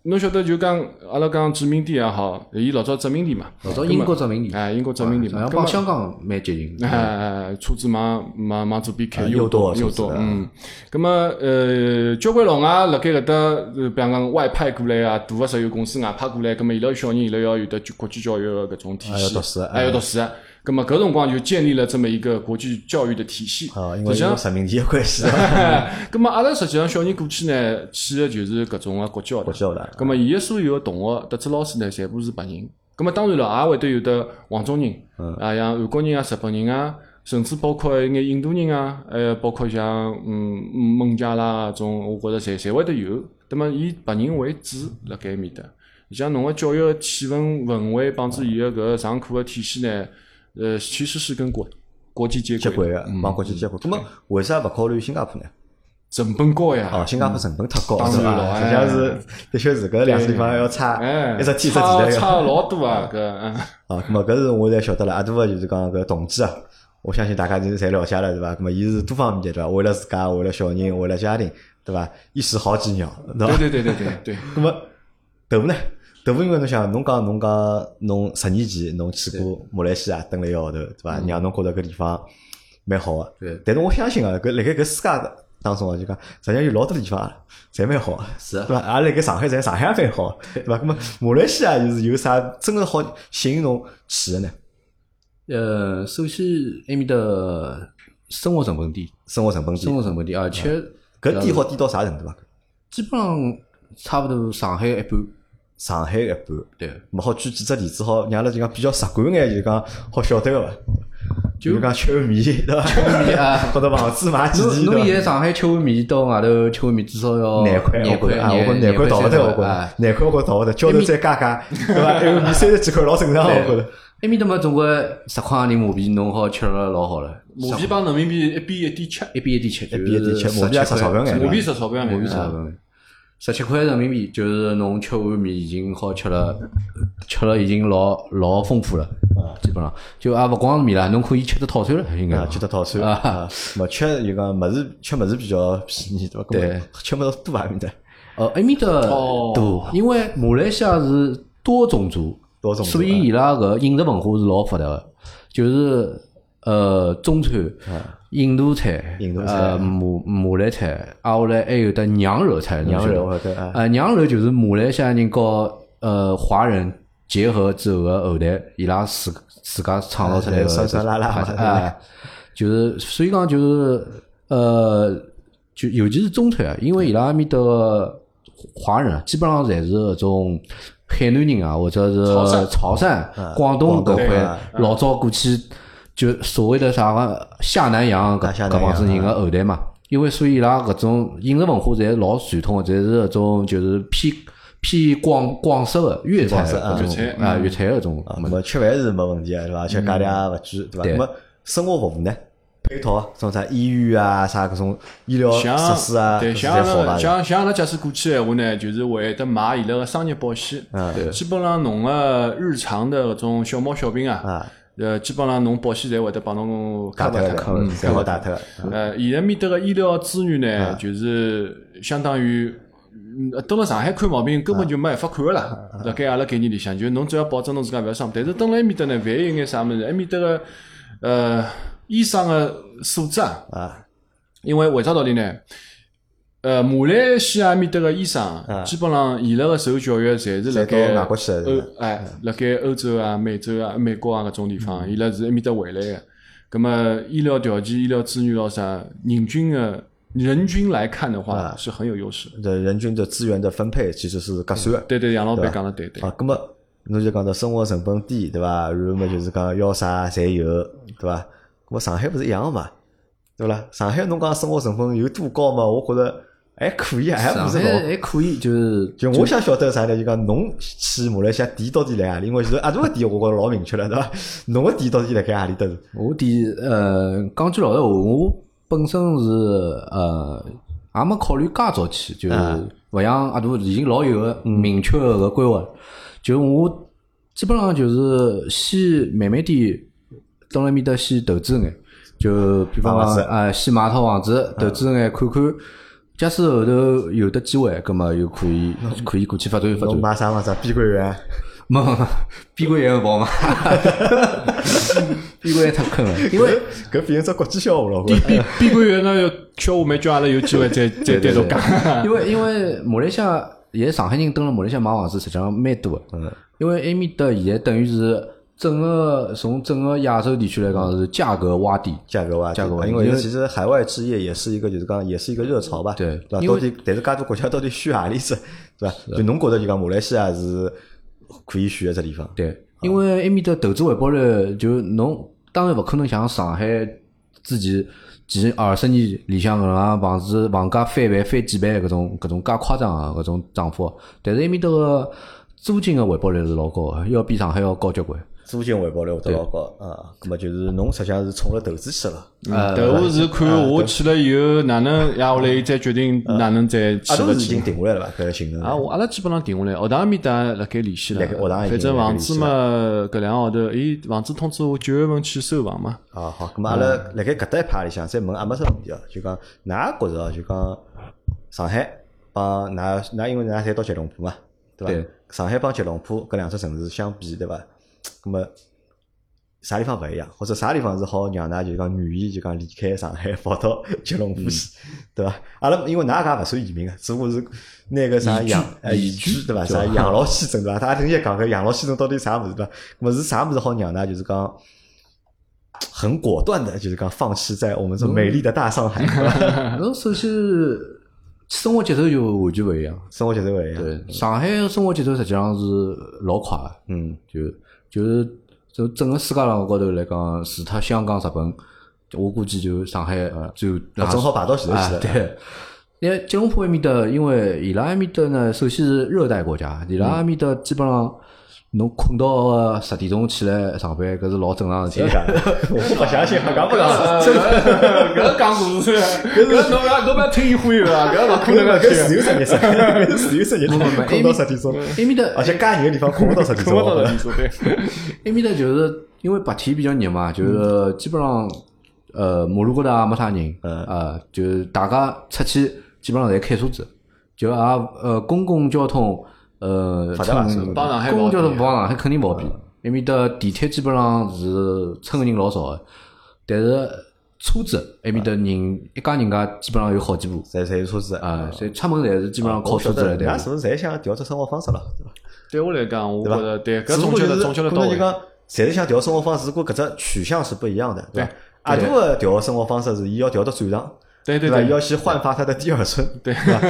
C: 侬晓得就讲阿拉讲殖民地也好，伊老早殖民地嘛，
B: 老早英国殖民
A: 啊
B: 地，
C: 哎，英国殖民地嘛，
B: 好像
C: 葛么
B: 帮香港蛮接近的，
C: 哎，车子往往往左边
A: 嗯
C: 开，
A: 啊
C: 右
A: 右舵
C: 右
A: 车子
C: 舵，
A: 啊
C: 嗯。咁么，呃，交关老外辣盖搿搭，呃比方讲外派过来啊，大个石油公司外派过来，咁啊么伊拉小人伊拉要有得就国际教育个搿种体
A: 啊
C: 系，
A: 要读书啊
C: 哎，要读书啊。咁么搿辰光就建立了这么一个国际教育的体系。
A: 啊，因
C: 实
A: 为
C: 际上
A: 有殖民地的关系，
C: 咁啊么阿拉实际上小人过去呢，去的就是搿种个啊 国际学
A: 国
C: 堂
A: 际。学堂，
C: 咁么伊个所有个同学，特子老师呢，全部是白人。咁么当然了，也会得有得黄种人，
A: 嗯
C: 啊，像韩国人啊、日本人啊，甚至包括一眼印度人啊，呃，包括像嗯嗯孟加拉啊种，我觉着侪侪会得有。那么以白人为主辣盖埃面搭，像侬个教育个气氛、氛围，帮助伊个搿个上课个体系呢，呃，其实是跟国国际嗯接
A: 接
C: 轨
A: 轨
C: 的，
A: 个，帮国际接轨。咁么为啥勿考虑新加坡呢？
C: 成本高呀。
A: 哦，新加坡成本太高
C: 啊嗯当
A: 是
C: 然了
A: 吧？实际上是的确是搿两个地方要差
C: 哎，
A: 一只天一只地
C: 差
A: 来个。
C: 差老多啊！搿嗯
A: 啊，咁么搿是我才晓得了，阿杜个就是讲搿动机啊，我相信大家就是侪了解了对伐？咁么伊是多方面的对伐？为了自家，为了小人，为了家庭对伐？一石好几鸟对伐？
C: 对对对对对 对。
A: 咁么豆腐呢？豆腐因为侬想，侬讲侬讲侬十年前侬去过马来西亚蹲了一个号头对
C: 嗯
A: 伐？让侬觉着搿地方蛮好个。
B: 对，
A: 但是我相信啊，搿辣盖搿世界当中啊，就讲实际上有老多地方啊，侪蛮好啊，
B: 是啊
A: 对伐？也辣盖上海，侪上海也蛮 好，对伐？那么马来西亚就是有啥真个好吸引侬去个呢？
B: 呃，首先埃面的生活成本低，
A: 生活成本低
B: 生，活成本低，而且
A: 搿低好低到啥程度啊？
B: 基本上差不多上海一半，
A: 上海一般，
B: 对，
A: 咁么好举几只例子，好让阿拉就讲比较直观眼，就是讲好晓得个伐？
B: 就
A: 就讲吃碗面，对伐？
B: 米啊。
A: 或者房子买几
B: 侬
A: 间，
B: 侬现
A: 对
B: 在上海吃碗面到外头啊吃碗面至少要
A: 伐？廿块，
B: 廿
A: 我觉
B: 块
A: 着啊，我觉着
B: 哦廿
A: 廿块到勿得，我觉
B: 啊
A: 着廿块我觉着到勿得，交头再加加，对 伐？一碗面三十几块老正
B: 哎
A: 常，我觉着。
B: 埃面搭嘛，总归十块钿马币，侬好吃了老好了，
C: 马币帮人民币一比一点七，
B: 一比一点七，就
A: 比一点
B: 是
A: 七
B: 十七
A: 马
B: 块
A: 币也值钞票眼
C: 马币值钞票
B: 马
C: 眼
B: 币十钞
C: 啊
B: 票眼十七块人民币就是侬吃碗面已经好吃了，呃吃了已经老老丰富了，基本上就也勿光是面了，侬可以吃的套餐了，应该
A: 啊，吃得套餐
B: 啊
A: 啊，么吃就讲么子吃么子比较便宜，对伐？
B: 对
A: 搿么吃么子多啊面搭，
B: 呃，埃面搭
C: 哦
B: 多，因为马来西亚是多种族，
A: 多种族
B: 所以伊拉搿饮食文化是老发达个，就是呃中餐、印度菜、
A: 啊印度菜啊
B: 呃马马来菜，啊后来还有得娘惹菜，侬
A: 洋
B: 晓得
A: 人
B: 伐
A: 或者啊，
B: 呃，娘惹就是马来西亚人和呃华人结合之后个后代，伊拉自自家创造出来
A: 哎
B: 个
A: 酸酸辣辣嘛
B: 啊，哎就是所以讲就是呃，就尤其是中餐啊，因为伊拉埃面搭个华人啊，基本上侪是搿种。海南人啊，或者
C: 潮汕
B: 是潮汕、广东
A: 啊广东
B: 搿
A: 对
B: 块
A: 啊，
B: 老早过去就所谓的啥个下南洋搿
A: 啊下
B: 搿
A: 南洋
B: 帮子人个后代嘛。因为所以伊拉搿种饮食文化侪老传统个，侪是搿种就是偏偏广广式个粤菜
A: 广式啊
B: 搿种
C: 粤菜
B: 啊粤菜搿种
A: 啊，
B: 物
A: 那
B: 事。
A: 么吃饭是没问题个，对伐？而且价钿也勿贵，对伐？
B: 嗯对
A: 那么生活服务呢？配套啊，种啥医院啊，啥搿种医疗
C: 像
A: 设施啊，
C: 对，
A: 搿
C: 像
A: 侪好
C: 阿
A: 伐
C: 拉？像像阿拉假使过去闲话呢，就是会得买伊拉个商业保险，
B: 对
C: 基本上侬个日常的搿种小猫小病啊，
A: 啊，
C: 呃，基本上侬保险侪会得帮侬
A: 打脱了
C: cover 脱
A: 的，
C: 嗯
A: 侪好打脱了。
C: 呃，现在面搭个医疗资源呢，
A: 啊
C: 就是相当于。嗯蹲辣上海看毛病根
A: 啊
C: 本就没办法看个啦，辣盖阿拉概念里向，就是侬只要保证侬自家勿要生病，但是蹲辣埃面搭呢，万一有眼啥物事，埃面搭个呃医生个素质啊，
A: 啊，
C: 因为为啥道理呢？呃，马来西亚埃面搭个医生
A: 啊，
C: 基本上伊拉个受教育侪是辣
A: 侪
C: 盖
A: 到外国去了
C: 欧
A: 是
B: 呃
A: 吧，
C: 哎，辣盖欧洲啊、美洲啊、美国啊搿种地
A: 嗯
C: 方，伊拉是埃面搭回来个。葛么医疗条件、医疗资源咯啥，人均个人均来看的话
A: 啊
C: 是很有优势的。
A: 这人均的资源的分配其实是
B: 嗯
A: 合算的。
C: 对对，杨老
A: 对
C: 板
A: 吧
C: 讲了对对。
A: 啊，葛么侬就讲到生活成本低，对伐？然后么就是讲要啥侪有，对伐？葛么上海勿是一样嘛，对勿啦？上海侬讲生活成本有多高嘛？我觉着还可以，啊还
B: 上
A: 哎不是哦
B: 海
A: 老。
B: 还可以，就是
A: 就我想晓得啥呢？就讲侬去马来西亚点到底来何里？因为就是阿杜个点，我觉着老明确了，对伐？侬个点到底辣盖何里搭是？
B: 我第呃，讲句老实话，我本身是呃，也没考虑介早起，就是
A: 嗯
B: 勿像阿杜已经老有个明确个个规划了。就我基本上就是先慢慢点，蹲辣埃面搭先投资眼，就比方
A: 买房子
B: 讲啊，先买套房子投资眼看看。假使后头有的机会，葛么又可以 可以过去发展发展
A: 侬。买啥房子啊？碧桂园啊？
B: 没没 没，碧桂园勿好嘛， 碧桂园太坑了，因为。
A: 搿变成只国际笑话了，我觉 着
C: 碧碧桂园呢，要小我们叫阿拉有机会再再单独 讲。
B: 因为因为马来西亚现在上海人蹲了马来西亚买房子，实际上蛮多的。
A: 嗯，
B: 因为埃面搭现在等于是整个从整个亚洲地区来讲是价格洼地。
A: 价格哇，
B: 价格哇
A: 因为
B: 因为
A: 其实海外置业也是一个，就是讲也是一个热潮吧，
B: 对
A: 吧？
B: 因
A: 到
B: 为
A: 底，但是介多国家到底选何里只， 对吧？就侬觉得就讲马来西亚是可以选的只地方，
B: 对，因为埃面搭投资回报率就侬当然勿可能像上海之前前二十年里向搿能样房子房价翻倍翻几倍搿种搿种介夸张啊搿种涨幅，但是埃面搭个租金个回报率是老高个，要比上海要高交关。
A: 租金回报率会得老高啊。那么就是侬实际上是冲着投资去了，
B: 嗯
C: 但我是看
A: 啊
C: 我去了以后，哪能呀？后来再决定哪能再去
A: 阿呃啊都
C: 勿
A: 是已
C: 去
A: 经。定下来了吧？搿个行程
C: 啊，我阿拉基本上定下来，学堂埃面搭辣盖联系了
A: 辣盖学堂已。经
C: 反正房子嘛，搿两个号头，伊房子通知我九月份去收房嘛。
A: 啊，好，咁么阿拉
B: 嗯
A: 辣盖搿搭一趴里向，再问阿没啥问题哦，就讲㑚觉着哦，就讲上海帮㑚㑚，因为㑚侪到吉隆坡嘛，对伐？
B: 对
A: 上海帮吉隆坡搿两只城市相比，对伐？咁么啥地方勿一样，或者啥地方是好让㑚就讲愿意就讲离开上海跑到吉隆
B: 嗯
A: 坡去，对伐？阿拉因为㑚家勿算移民个，只不过是拿个啥
B: 移居
A: 养呃
B: 移
A: 移居
B: 居
A: 对伐？
B: 对吧
A: 啥养老系统对伐？大家等一下讲搿养老系统到底啥物事对伐？咁么是啥物事好让㑚就是讲很果断的，就是讲放弃在我们这美丽的大上海，对吧
B: 侬首先生活节奏就完全勿一样。
A: 生活节奏勿一样。
B: 对，上海的生活节奏实际上是老快的，
A: 嗯，
B: 就就是就整个世界浪高头来讲，除脱香港、日本，我估计就上海呃最后
A: 那正好排到前头去
B: 啊
A: 了。，
B: 对。因为吉隆坡埃面搭，因为伊拉埃面搭呢，首先是热带国家，伊拉埃面搭基本上侬困到十点钟起来上班，搿是老正常的事
A: 真
B: 体。
A: 假 的，我不相信，讲不讲？
C: 搿搿讲故事，搿侬勿要侬勿要听伊忽悠啊！搿 勿可
A: 可能搿
C: 能个
A: 自由职业者，搿自由职业者，困到十点钟，
B: 埃面搭
A: 而且介热的地方困不到十点
C: 看勿到
A: 钟
C: 了，。你说对？
B: 埃面搭就是因为白天比较热嘛，就是基本上呃马路高头也没啥人，
A: 嗯
B: 呃，就是大家出去基本上侪开车子，就也呃公共交通呃
A: 发达吧
B: 乘
A: 是吧嗯
C: 帮上海啊
B: 公共交
C: 不好
B: 通
C: 比
B: 帮上海肯定不好比，埃面搭地铁基本上是乘个人老少的，但是车子
A: 嗯
B: 埃面搭人一家人家基本上有好几部
A: 侪侪有车子的
B: 啊，所以出门侪是基本上
A: 嗯
B: 靠
A: 我
B: 车
A: 晓
B: 子
A: 得
B: 来
A: 人家
B: 的。
A: 是不是侪想调整生活方式了？对吧
C: 对我来讲，我觉得对，搿
A: 只不
C: 总
A: 过
C: 结
A: 就是
C: 得总结得
A: 可
C: 到
A: 能就
C: 位。
A: 讲，侪是想调生活方式，只不过搿只取向是不一样的，对吧？阿杜个调生活方式是伊要调到转场，
C: 对对
A: 吧？
C: 对，
A: 要去焕发他的第二春，对吧？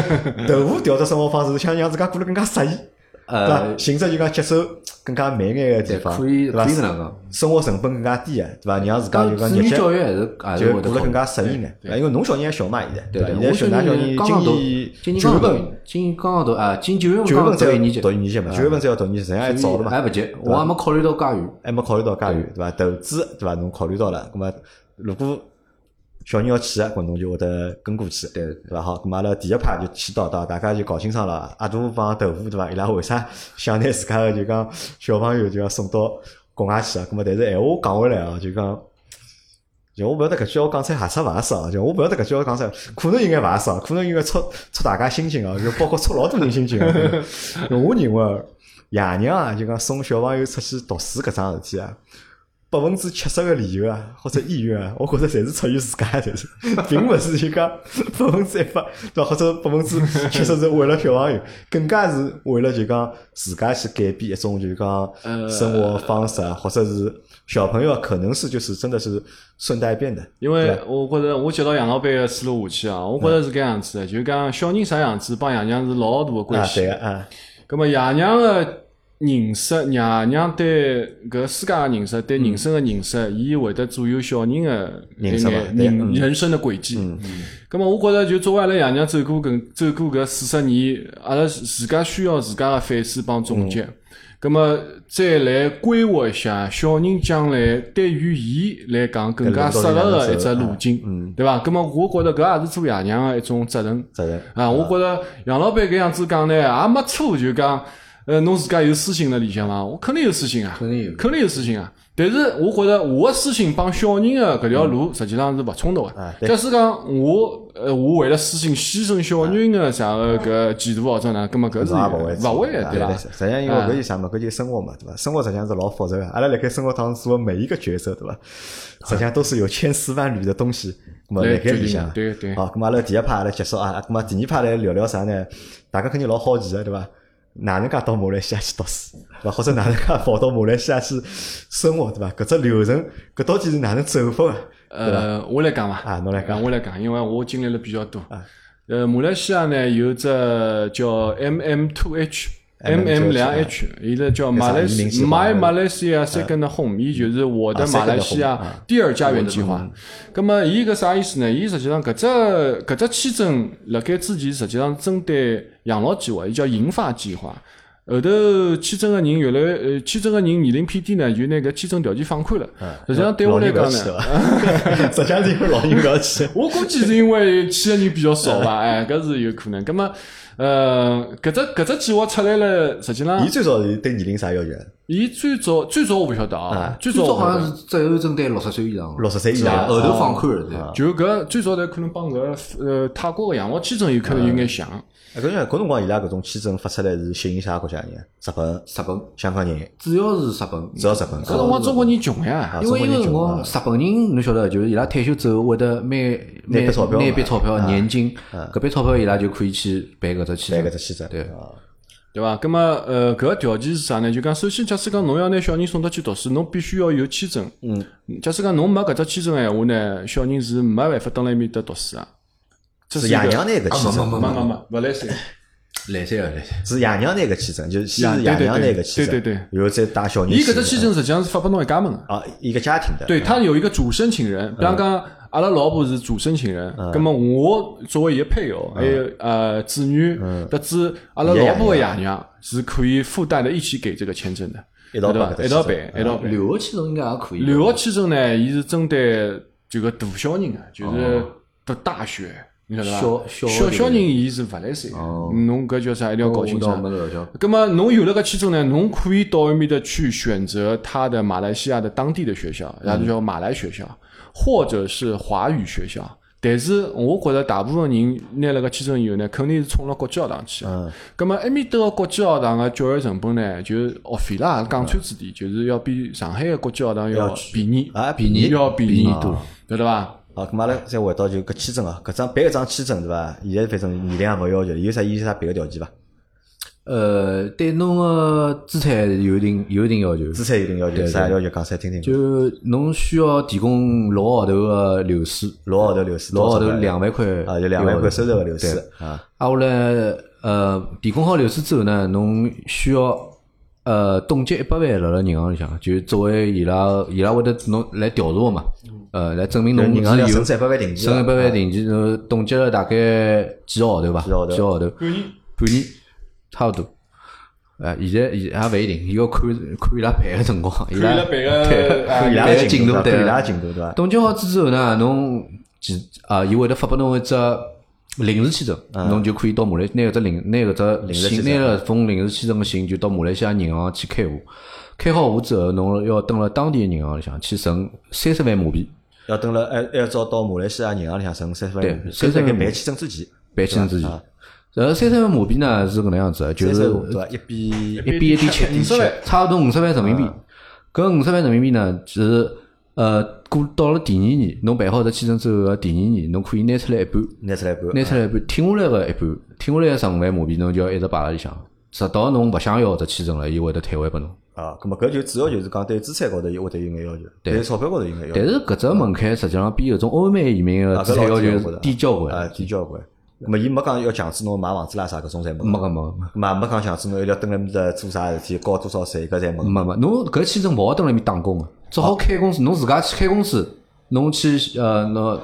A: 豆腐调只生活方式是想让自家过得更加适意，对
B: 呃
A: 吧？，行着就讲节奏更加慢眼个地方，
B: 可以
A: 对吧
B: 可以？搿能讲。
A: 生活成本更加低啊的，对吧？让自家就
B: 但
A: 讲
B: 子
A: 日
B: 女
A: 脚
B: 教育还是还是
A: 就
B: 会得
A: 过得
B: 考虑
A: 更。加适应眼，对吧因为侬小人还小嘛，现在
B: 对
A: 吧？现在
B: 的，我
A: 小
B: 小
A: 㑚小人
B: 人刚刚读，今
A: 今
B: 年
A: 九
B: 刚
A: 月
B: 刚
A: 份
B: 读，今年刚刚读，啊，今九月
A: 九月
B: 份
A: 份
B: 刚读一年
A: 才
B: 级，
A: 读一年级
B: 啊
A: 嘛，九月份才要读一年级，实际上还早了嘛
B: 还。不急，我还没考虑到家园。
A: 还没考虑到家园，对伐？投资对伐？侬考虑到了，咁么如果小人要去个，搿侬就会得跟过去，
B: 对
A: 对伐？好，咁阿拉第一趴就去到到，大家就搞清爽了，阿杜帮豆腐对伐？伊拉为啥想拿自家个就讲小朋友就要送到国外去啊？咁么但是闲话讲回来啊，就讲。就我不晓得搿句话讲出来合适勿合适啊！就我不晓得搿句话讲出来，可能应该勿合适啊，可能应该戳戳大家心情啊，就包括戳老多人心情 啊。就我认为，爷娘啊，就讲送小朋友出去读书搿桩事体啊，百分之七十个理由啊，或者意愿啊，我觉着侪是出于自家，侪是， 并勿是就讲 百分之一百，对伐？或者百分之七十是为了小朋友，更加是为了就讲自家去改变一种就讲生活方式啊，或者是小朋友啊可能是就是真的是顺带变的，
C: 因为我觉着我接到杨老板个思路下去啊，我觉着是搿样子的，就是讲小人啥样子帮爷娘是老大个关
A: 啊，
C: 系
A: 对。个啊，
C: 咁么爷娘个认识，爷娘对搿世界个认识，对人生个认识，伊会得左右小人个
A: 认识吧
C: 眼
A: 对
C: 人
A: 嗯
C: 人生的轨迹。咁啊么我觉着就作为阿拉爷娘走过搿走过搿四十年，阿拉自家需要自家个反思帮总结。
A: 嗯
C: 咁么再来规划一下小人将来对于伊来讲更加适合个一只路
A: 嗯
C: 径，对伐？咁么我觉着搿也是做爷娘个一种责任。
A: 责任
C: 啊，我觉着杨老板搿样子讲呢，也没错，就讲，呃，侬自家有私心辣里向伐？我肯定有私心啊，
B: 肯定有
C: 肯定有私心啊。但是我觉着我的私心帮小人的搿条路实际上是勿冲突
A: 嗯啊对
C: 的。假使讲我，呃，我为了私心牺牲小人的啥个搿前途或者哪，葛末搿是啊
A: 侬也啊勿会做
C: 勿会
A: 啊
C: 的，
A: 对
C: 伐？
A: 实际上，因为搿就是啥嘛，搿就是生活嘛，对伐？生活实际上是老复杂个，阿拉辣盖生活当中做的每一个角色，对伐？实际上都是有千丝万缕的东西，咾么辣
C: 来
A: 盖
C: 决
A: 里
C: 定
A: 向哦
C: 的，。对对。
A: 啊好，咾么阿拉第一趴阿拉结束啊，咾么第二趴来聊聊啥呢？大家肯定老好奇个，对伐？哪能介到马来西亚去读书，对伐？或者哪能介跑到马来西亚去生活，对伐？搿只流程，搿到底是哪能走法个？
C: 呃，我来讲伐？
A: 啊侬来讲
C: 呃我来讲，因为我经历了比较多
A: 啊。
C: 呃，马来西亚呢有只叫 MM Two H。M 两 H，伊拉叫马来
A: 啊啥移民
C: 西
A: 计划
C: My Malaysia Second Home，伊就是我的
A: 啊
C: 马来
A: Second
C: 西亚
A: Home，啊
C: 第二家园计划。咁么，伊搿啥意思呢？伊实际上搿只搿只签证辣盖之前实际上针对养老计划，伊叫银发计划。后头签证个人越来越，呃，签证个人年龄偏低呢，就拿搿签证条件放宽了。
A: 啊
C: 实际上对我来讲呢，
A: 呢，实际上是因为老人勿要 去，
C: 我估计是因为去的人比较少吧，哎，搿是有可能。葛么，呃，搿只搿只计划出来了，实际上
A: 伊最早是对年龄啥要求啊？
C: 伊最早最早我勿晓得啊，最
B: 最早
C: 早
B: 好像
C: 是
B: 是只有针对六十岁以上的，
A: 六十岁以
B: 是吧
A: 上，啊
B: 后头放宽了，对。
C: 就搿最早呢，可能帮搿呃泰国个养老签证有可能有眼像，
A: 啊，搿像搿辰光伊拉搿种签证发出来是吸引啥国家人啊？日本、
B: 日本
A: 香港人，
B: 主要是日本，
A: 主要日本。
C: 搿辰光中国人穷呀
A: 啊，
B: 因为
A: 中
B: 伊
A: 国
B: 个
A: 人穷啊
B: 辰光日本人侬晓得，就是伊拉退休之后会得每
A: 拿
B: 每
A: 笔钞票
B: 拿
A: 嘛
B: 笔钞票
A: 啊
B: 年金，搿笔钞票伊拉就可以去办搿只签
A: 办搿
B: 证
A: 只。签证，
B: 对
A: 啊，
C: 对伐？葛么呃搿条件是啥呢？就讲首先，假使讲侬要拿小人送到去读书，侬必须要有签证。嗯，假使讲侬没搿只签证个闲话呢，小人是没办法蹲辣埃面搭读书啊。这
A: 是
C: 一个
A: 爷娘拿搿签
B: 啊
A: 证，
B: 没
C: 没没没勿来三。
B: 来三个来三个，
A: 是爷娘拿搿签证，就是先是
C: 呀
A: 爷
C: 对对
A: 娘拿
C: 对
A: 搿签证，
C: 对对对
A: 然后再带小人去。
C: 伊搿只签证实际上是发拨侬一家门个，
A: 啊，一个家庭的，
C: 对，他有一个主申请人，比方讲阿拉老婆是主申请人，葛么我作为伊个配偶，还有呃子女，得知阿拉老婆个爷娘是可以附带的一起给这个签证的，
A: 一道
C: 对
A: 办
C: 伐
A: 搿？只
C: 一道
A: 签
C: 办
A: 证，，
C: 一道办。
B: 留学签证应该也可以。
C: 留学签证呢，伊是针对就个大小人啊，就是读大学，你晓得伐？
B: 小
C: 小
B: 小
C: 小人伊是勿来三个，侬搿叫啥？一定要搞清
B: 哦我
C: 楚啊
B: 倒。没了解。
C: 那么侬有了个签证呢，侬可以到埃面的去选择他的马来西亚的当地的学校，然后就叫马来学校，或者是华语学校。但是我觉着大部分人拿了个签证以后呢，肯定是冲了国际学堂去。
A: 嗯。
C: 咁么埃面搭个国际学堂个教育成本呢，就是学费啦，讲穿子点，就是要比上海个国际学堂
A: 嗯要
C: 要便宜，
A: 啊便宜
C: 要便宜
B: 便宜多，
C: 晓得伐？
A: 好，啊咁阿拉再回到就搿签证啊，搿张办一张签证对伐？现在反正年龄也勿要求，有啥有啥别个条件伐？
B: 呃，对侬个资产有一定有一定要求，
A: 资产有定要求，啥要求讲出来听听。
B: 就侬需要提供六个号头个流水，
A: 六个号头流失，
B: 六个号头
A: 多少
B: 两万块
A: 啊，就两万块收入个流失
B: 对
A: 啊，
B: 啊，我嘞，呃，提供好流水之后呢，侬需要呃冻结一百万辣辣银行里向，就作为伊拉伊拉会得侬来调查个嘛，呃，来证明侬
A: 嗯就银行要
B: 是有
A: 存一百万定期的，
B: 省一百万定期，呃，冻结了大概几个号头吧，
A: 几个号头
B: 几个号头，
C: 半年
B: 半年差勿多。呃，现在现也勿一定，伊要看看伊拉赔个辰光，伊拉
C: 看伊拉办个
B: 对
C: 啊
A: 看伊拉
B: 办
A: 的
B: 个
A: 进
B: 进度
A: 对伐看伊
B: 对
A: 拉的进度对伐？
B: 冻结好之后呢，侬其啊，伊会得发拨侬一只临时签证，侬就可以到马来拿搿只临拿搿只
A: 时
B: 信，
A: 签证
B: 拿了封临时签证个信，就到马来西亚银行去开户。开好户之后，侬要登了当地的银行里向去存三十万马币，
A: 要等了按按照到马来西亚银行里向存三十万
B: 对
A: 马币，
B: 三十
A: 在
B: 万
A: 该
B: 马币
A: 办签证之前，
B: 办签证之前。然后三十万马币呢是搿能样子的，就
A: 啊三十
B: 是
A: 万对伐？一比
B: 一比一点七
C: 五十万
B: 差勿多五十万人民币。搿五十万人民币呢，是呃过到了第二年，侬办好搿签证之后个第二年，侬可以拿出来一半。
A: 拿出来一半，
B: 拿出来一半，停下来个一半，停下来个十五万马币，侬就要一直摆辣里向，直到侬勿想要搿签证了，伊会得退还拨侬。
A: 啊，咁么搿就主要就是讲对资产高头有会得有眼要求，对钞票高头有眼要求，
B: 但是搿只门槛实际上比有种欧美移民个
A: 啊
B: 资
A: 搿
B: 产要
A: 老
B: 求
A: 高
B: 是
A: 的
B: 低交关，
A: 啊，低交关。咁么伊没讲要强制侬买房子啦啥搿种侪没讲，
B: 没个没个
A: 咁啊没讲强制侬一定要蹲辣面搭做啥事体，交多少税搿侪没讲。
B: 没没，侬搿签证勿好蹲辣埃面打工个，只好开公司，侬自家去开公司，侬去呃侬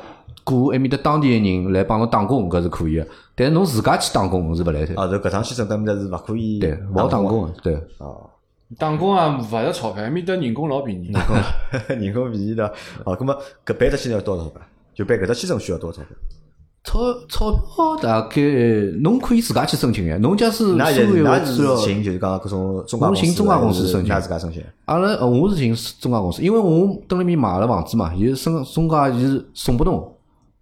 B: 雇埃面搭当地个人来帮侬打工，搿是可以个。但是侬自家去打工是勿来三，
A: 啊，就搿趟签证等面搭是勿可以
B: 对，勿好打工个，对。
A: 哦，
C: 打工啊，勿值钞票，埃面搭人工老便宜。
A: 人工便宜的。哦，咁么搿办只签证要多少钞票？就办搿只签证需要多少钞票？
B: 钞钞票大概侬可以自家去申请个，侬假使
A: 那
B: 所
A: 也
B: 有
A: 那
B: 个资
A: 是
B: 料。
A: 寻就是讲搿种中介
B: 侬
A: 公司，
B: 寻中介公司申请
A: 那自家申请。
B: 阿拉呃我是寻中介公司，因为我蹲辣面买了房子嘛，伊是中中介伊是送拨侬，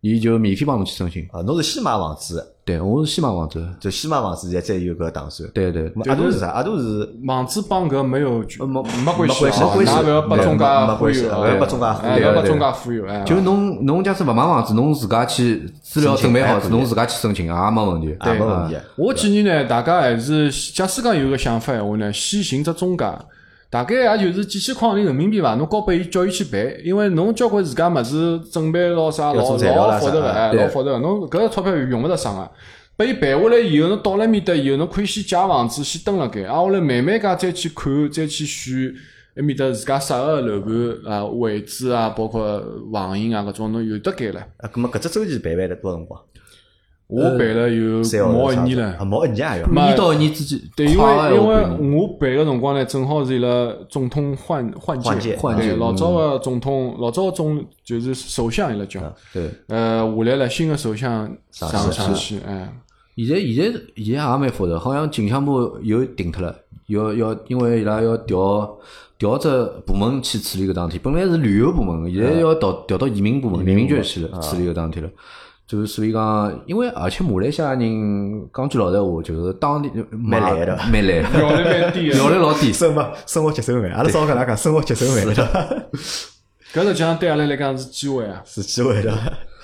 B: 伊就免费帮侬去申请。
A: 啊，侬是先买房子，
B: 对，我是先买房子，
A: 就先买房子，现在再有搿打算。
B: 对对
A: 咁，么阿杜是啥？阿杜是
C: 房呃子帮搿没有就
B: 没
C: 没关系
A: 呃没关系
C: 啊，
A: 没关系
C: 㑚勿要拨中介
A: 没没
C: 忽
A: 关系
C: 悠啊，
A: 勿要拨中介忽悠
C: 哎勿要拨
A: 对
C: 中介忽悠，哎，
B: 就侬侬假使勿买房子，侬自家去资料准备好，侬自家去申请也没问题。啊
A: 也啊没问题的。
C: 我建议呢，大家还是假使讲有个想法闲话呢，先寻只中介，大概也就是几千块钿人民币吧，侬交拨伊叫伊去办，因为侬交关自家物事准备咯啥
A: 要
C: 老
A: 做材料
C: 老
A: 啦
C: 复杂个，
A: 啥啊
C: 哎，
B: 对
C: 老复杂个，侬搿钞票用勿着省个。拨伊办下来以后，侬到了面搭以后，侬可以先借房子，先蹲辣盖，挨下来慢慢介再去看，再去选埃面搭自家适合个楼盘啊、位置啊，包括房型啊搿种，侬有得拣了。
A: 啊，咁么搿只周期办办了多少辰光？
C: 我办了有
A: 呃三号
C: 毛一
A: 啥
C: 年了
A: 啊，。毛一年也要。
B: 一年到一年之间，
C: 对，因为
B: 快了
C: 因
B: 我
C: 为
B: 感觉
C: 我办个辰光呢，正好是伊拉总统换换
A: 换届
C: 届，
B: 换届
C: 对老早
B: 嗯
C: 个总统，老早个总就是首相伊拉叫，
B: 对。
C: 呃，下来了新个首相
A: 啊上
C: 上
A: 去
C: 上去， 哎，
B: 现在现在现在也蛮复杂，好像景项部又停脱了，要要因为伊拉要调调只部门去处理搿桩事体，本来是旅游部门，现在要调调到移民部啊门、移啊民局去了处理搿桩事体了。就是所以讲，因为而且马来西亚人讲句老实话，就是当地
A: 蛮懒的
B: 蛮懒 的，
C: 效率蛮低
B: 效率
C: 个。
B: 老低。
A: 生活生活节奏慢，阿拉早跟哪讲生活节奏慢
C: 搿实际上对阿拉来讲是机会啊，
A: 是机会的。